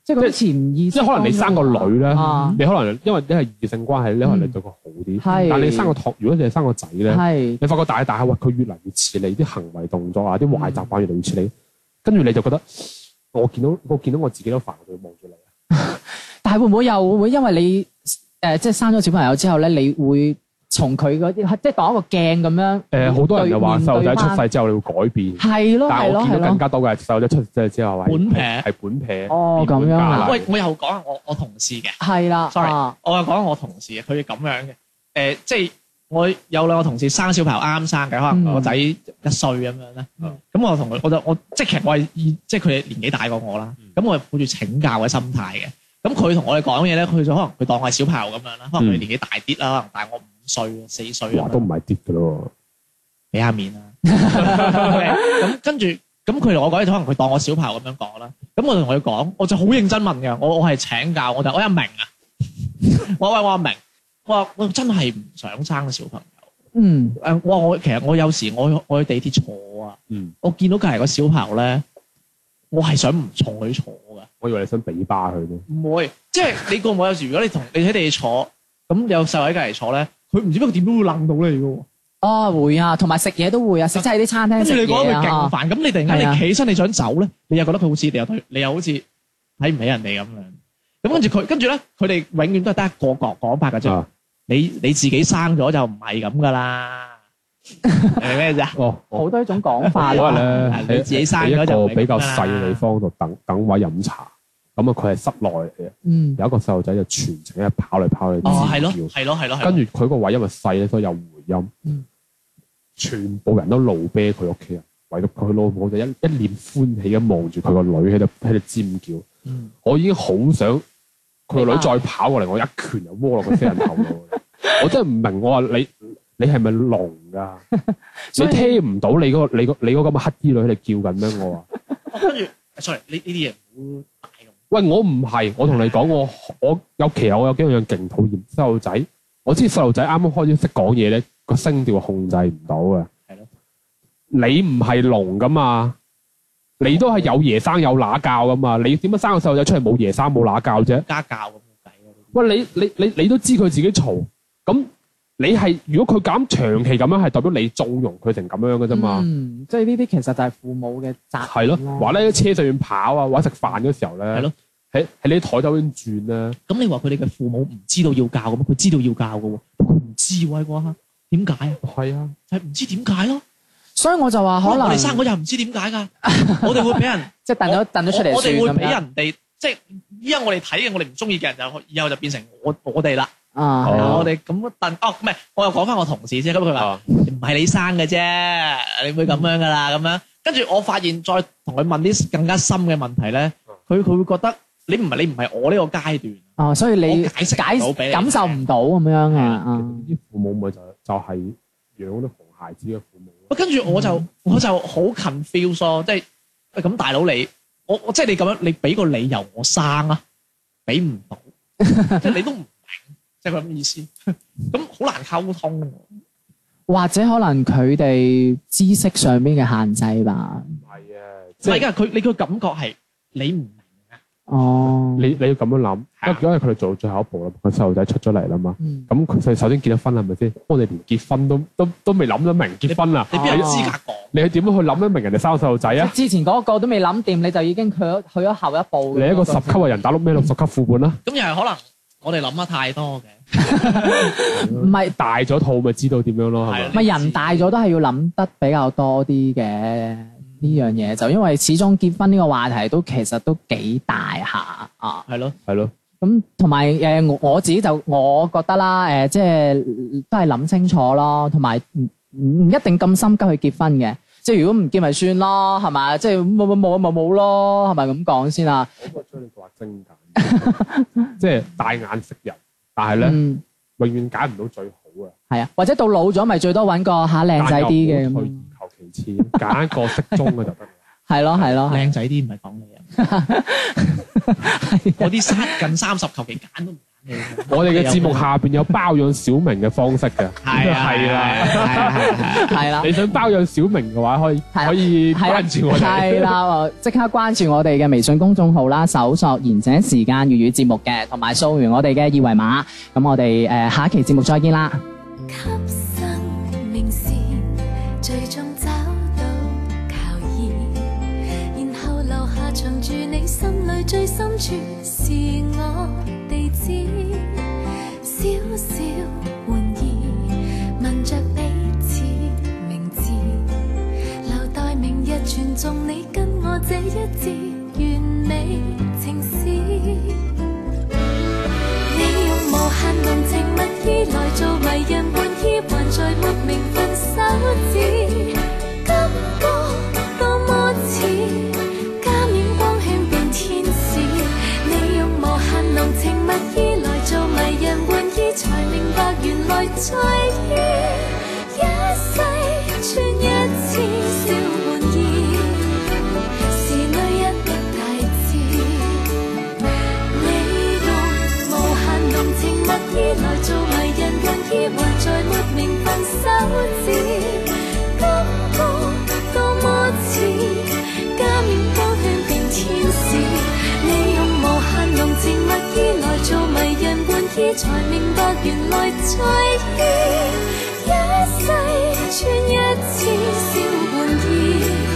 Speaker 2: 即係嗰啲潛意識當中
Speaker 4: 即係可
Speaker 2: 啊。
Speaker 4: 能你生個女咧，
Speaker 2: 啊
Speaker 4: 你可能因為你係異性關係，你可能你對佢好啲，
Speaker 2: 係
Speaker 4: 但係你生個托，如果你係生個仔咧。
Speaker 2: 係
Speaker 4: 你發覺大大下，喂，佢越嚟越似你啲行為動作啊，啲壞習慣越嚟越似你，跟住你就覺得我見到我見到我自己都煩，我就要望住你。啊
Speaker 2: 但係會唔會又會因為你誒即係生咗小朋友之後咧，你會從佢嗰啲即係當一個鏡咁樣
Speaker 4: 誒，好多人就話
Speaker 2: 面
Speaker 4: 細路
Speaker 2: 對
Speaker 4: 仔
Speaker 2: 返
Speaker 4: 出世之後你會改變，
Speaker 2: 係咯
Speaker 4: 但
Speaker 2: 係
Speaker 4: 係
Speaker 2: 咯
Speaker 4: 我見
Speaker 2: 係
Speaker 4: 到
Speaker 2: 咯
Speaker 4: 更。加多嘅係細路仔出世之後係
Speaker 3: 本
Speaker 4: 係
Speaker 3: 撇
Speaker 4: 係本撇。
Speaker 2: 哦
Speaker 4: 變本
Speaker 2: 咁樣啊
Speaker 4: 加厲
Speaker 3: 喂，我又講下我我同事嘅，
Speaker 2: 係啦
Speaker 3: Sorry
Speaker 2: 啊
Speaker 3: 我又講下我同事嘅，佢係咁樣嘅。誒、呃即係我有兩個同事生小朋友啱生嘅，可能
Speaker 2: 嗯
Speaker 3: 個仔一歲咁樣咧。咁、
Speaker 4: 嗯
Speaker 3: 我同佢，我就我即係其實我係以即係佢哋年紀大過我啦。咁、我係抱住請教嘅心態嘅。咁佢同我哋講嘢咧，佢就可能佢當我係小朋友咁樣啦，可能佢年紀大啲啦，可能大我五歲、啊四歲咁
Speaker 4: 話
Speaker 3: 樣
Speaker 4: 都唔係跌嘅咯
Speaker 3: 俾下面啦。啊 *laughs* 咁跟住咁佢同我講嘢，可能佢當我小朋友咁樣講啦。咁我同佢講，我就好認真問嘅，我我係請教，我就我阿明啊， *laughs* 我話喂我阿明，我話我真係唔想生小朋友。
Speaker 2: 嗯
Speaker 3: 誒，我話我其實我有時我我去地鐵坐啊，
Speaker 4: 喎。嗯，
Speaker 3: 我見到隔離個小朋友咧，我係想唔坐佢坐㗎。
Speaker 4: 我以為你想俾巴佢啫。
Speaker 3: 唔會，即係你覺唔覺有時，如果你同你喺地鐵坐，咁有細位隔離坐咧，佢唔知不過點都會楞到你嘅喎。
Speaker 2: 哦，會啊，同埋食嘢都會啊，食即係啲餐廳
Speaker 3: 跟住
Speaker 2: 食
Speaker 3: 你覺得佢
Speaker 2: 嘢
Speaker 3: 勁
Speaker 2: 啊，
Speaker 3: 煩，咁你突然
Speaker 2: 係
Speaker 3: 間
Speaker 2: 啊
Speaker 3: 你起身你想走咧，你又覺得佢好似你又對，你又好似睇唔起人哋咁樣。咁跟住佢，跟住咧，佢哋永遠都係得一個講講法嘅啫
Speaker 4: 啊。
Speaker 3: 你你自己生咗就唔係咁噶啦，係咩啫？
Speaker 4: 哦，
Speaker 2: 好多種講法
Speaker 4: 嗰日
Speaker 2: 啊。
Speaker 4: 咧
Speaker 3: 你自己生
Speaker 4: 喺
Speaker 3: 咗
Speaker 4: 一
Speaker 3: 就
Speaker 4: 個
Speaker 3: 唔係咁
Speaker 4: 比較細
Speaker 3: 啦
Speaker 4: 嘅地方度等等位飲茶，咁啊佢係室內嚟嘅，
Speaker 2: 嗯，
Speaker 4: 有一個細路仔就全程喺度跑嚟跑去
Speaker 3: 哦，係咯，
Speaker 4: 尖叫
Speaker 3: 係咯，係咯，係咯
Speaker 4: 跟住佢個位因為細咧，所以有回音。
Speaker 2: 嗯
Speaker 4: 全部人都怒啤佢屋企人，啊唯獨佢老母就一一臉歡喜咁望住佢個女喺度喺度尖叫。
Speaker 3: 嗯
Speaker 4: 我已經好想佢個女再跑過嚟，我一拳就窩落佢飛人頭
Speaker 2: *laughs*
Speaker 4: 度。我真係唔明，我話你你係咪聾㗎？
Speaker 2: *laughs* 所
Speaker 4: 你
Speaker 2: 以
Speaker 4: 聽唔到你嗰、個你個你嗰咁嘅乞衣女喺度叫緊咩？我話。
Speaker 3: 哦跟住，sorry，呢呢啲嘢唔好大用。
Speaker 4: 喂，我唔係，我同你講，我我有其實我有幾樣勁討厭細路仔。我知細路仔啱啱開始識講嘢咧，個聲調控制唔到嘅。
Speaker 3: 係咯，
Speaker 4: 你唔係聾噶嘛？你都係有爺生有乸教噶嘛？你點樣生個細路仔出嚟冇爺生冇乸教啫？
Speaker 3: 家教咁冇計啊！呢啲
Speaker 4: 喂，你你你你都知佢自己嘈，咁你係如果佢咁長期咁樣，係代表你縱容佢成咁樣嘅啫嘛？
Speaker 2: 嗯，即係呢啲其實就係父母嘅責
Speaker 4: 係
Speaker 2: 任
Speaker 4: 咯，話咧喺車上面跑啊，或者食飯嘅時候咧，
Speaker 3: 係咯，
Speaker 4: 喺喺你啲台周邊轉啊咧。
Speaker 3: 咁你話佢哋嘅父母唔知道要教咁，佢知道要教嘅喎，不過佢唔知喎喺嗰一刻，點解啊？
Speaker 4: 係啊，
Speaker 3: 就係唔知點解咯。
Speaker 2: 所以我就話可
Speaker 3: 我
Speaker 2: 能
Speaker 3: 哋生嗰日唔知點解㗎，我哋會俾人
Speaker 2: 即係掟咗掟咗出嚟
Speaker 3: 我我哋
Speaker 2: 算
Speaker 3: 會
Speaker 2: 咁
Speaker 3: 俾
Speaker 2: 樣啊
Speaker 3: 人哋即係依家我哋睇嘅，我哋唔中意嘅人就以後就變成我我哋啦。
Speaker 2: 啊，
Speaker 4: 哦
Speaker 2: 係啊
Speaker 3: 我哋咁但哦唔係，我又講翻我同事先，咁佢話
Speaker 2: 哦
Speaker 4: 啊
Speaker 3: 唔係你生嘅啫，你會咁樣㗎啦咁樣。跟住我發現再同佢問啲更加深嘅問題咧，佢佢會覺得你唔係你唔係我呢個階段。
Speaker 2: 哦，所以你
Speaker 3: 我解釋唔到俾你
Speaker 2: 感受唔到咁樣
Speaker 3: 係
Speaker 2: 啊
Speaker 3: 啊
Speaker 4: 其實
Speaker 2: 啊
Speaker 4: 呢，啲父母咪就係就係養啲熊孩子嘅父母咯。
Speaker 3: 喂跟住我就我就好 confuse 咯，即係喂咁大佬你我我即係你咁樣，你俾個理由我生啊，俾唔
Speaker 4: *laughs*
Speaker 3: 到，即係你都唔明，即係佢咁意思， *laughs* 咁好難溝通喎。
Speaker 2: 或者可能佢哋知識上邊嘅限制吧。
Speaker 4: 唔係啊，
Speaker 3: 唔
Speaker 4: 即
Speaker 3: 係
Speaker 4: 係
Speaker 3: 㗎，佢你個感覺係你唔明啊，
Speaker 2: 哦，
Speaker 4: 你你要咁樣諗，
Speaker 3: 係
Speaker 4: 因為佢哋做到最後一步啦，佢細路仔出咗嚟啦嘛。
Speaker 2: 嗯
Speaker 4: 咁佢哋首先結咗婚係咪先？我哋連結婚都都都未諗得明結婚啦。
Speaker 3: 你邊有
Speaker 2: 哦
Speaker 3: 資格講？
Speaker 4: 你去點樣去諗得明人哋生個細路仔啊？
Speaker 2: 即係之前嗰個都未諗掂，你就已經去咗去咗後一步。
Speaker 4: 你一個十級嘅人打到咩六十級副本啦？
Speaker 3: 咁又係可能我哋諗得太多嘅，
Speaker 2: 唔係
Speaker 4: 大咗肚咪知道點樣咯，係
Speaker 3: 係
Speaker 4: 咪
Speaker 3: 啊？
Speaker 2: 咪人大咗都係要諗得比較多啲嘅呢樣嘢，就因為始終結婚呢個話題都其實都幾大下啊。
Speaker 3: 係咯，
Speaker 4: 係咯，
Speaker 2: 咁同埋誒我我自己就我覺得啦，誒、即係都係諗清楚咯，同埋唔唔唔一定咁心急去結婚嘅。即係如果唔結咪算咯，係嘛？即係冇冇冇咪冇咯，係咪咁講先啊？
Speaker 4: 我個追你話精簡， *laughs* 即係大眼食人，但係咧
Speaker 2: 嗯，
Speaker 4: 永遠揀唔到最好嘅。
Speaker 2: 係啊，或者到老咗咪最多揾個嚇靚仔啲嘅咁
Speaker 4: 但又
Speaker 2: 樣
Speaker 4: 唔，好退而求其次，揀一個適中嘅就得。
Speaker 2: 係咯係咯係。
Speaker 3: 靚仔啲唔係講
Speaker 4: *laughs*
Speaker 3: 你啊，我啲三近三十求其揀都唔揀你啊。
Speaker 4: 我哋嘅節目下邊有包養小明嘅方式嘅，
Speaker 3: 係啊係啊
Speaker 4: 係啦。
Speaker 3: 係啊係啊
Speaker 2: 係啦，
Speaker 4: 你想包養小明嘅話，可以
Speaker 2: 係啊
Speaker 4: 可以關注我
Speaker 2: 係
Speaker 4: 哋。
Speaker 2: 啦，呃即刻關注我哋嘅微信公眾號啦，搜索賢者時間粵語節目嘅，同埋掃完我哋嘅二維碼，咁我哋誒、呃下一期節目再見啦。
Speaker 5: 給生命線，最終找到靠依，然後留下藏住你心裏最深處是我地址，小小玩意，問着彼此名字，留待明日傳頌你跟我這一節完美情詩。你用無限濃情蜜意來做迷人玩意，還在沒名分手指，感覺多麼似加冕光圈變天使。你用無限濃情蜜意來做迷人玩意，才明白原來在意一世穿一次小玩意，是女人的大志。你用無限濃情蜜意來做迷人玩意，還在沒名分手指，感覺多麼似加冕光圈變天使。你用無限濃情蜜意來做迷人玩意，才明白原來在意一一世穿一次小玩意。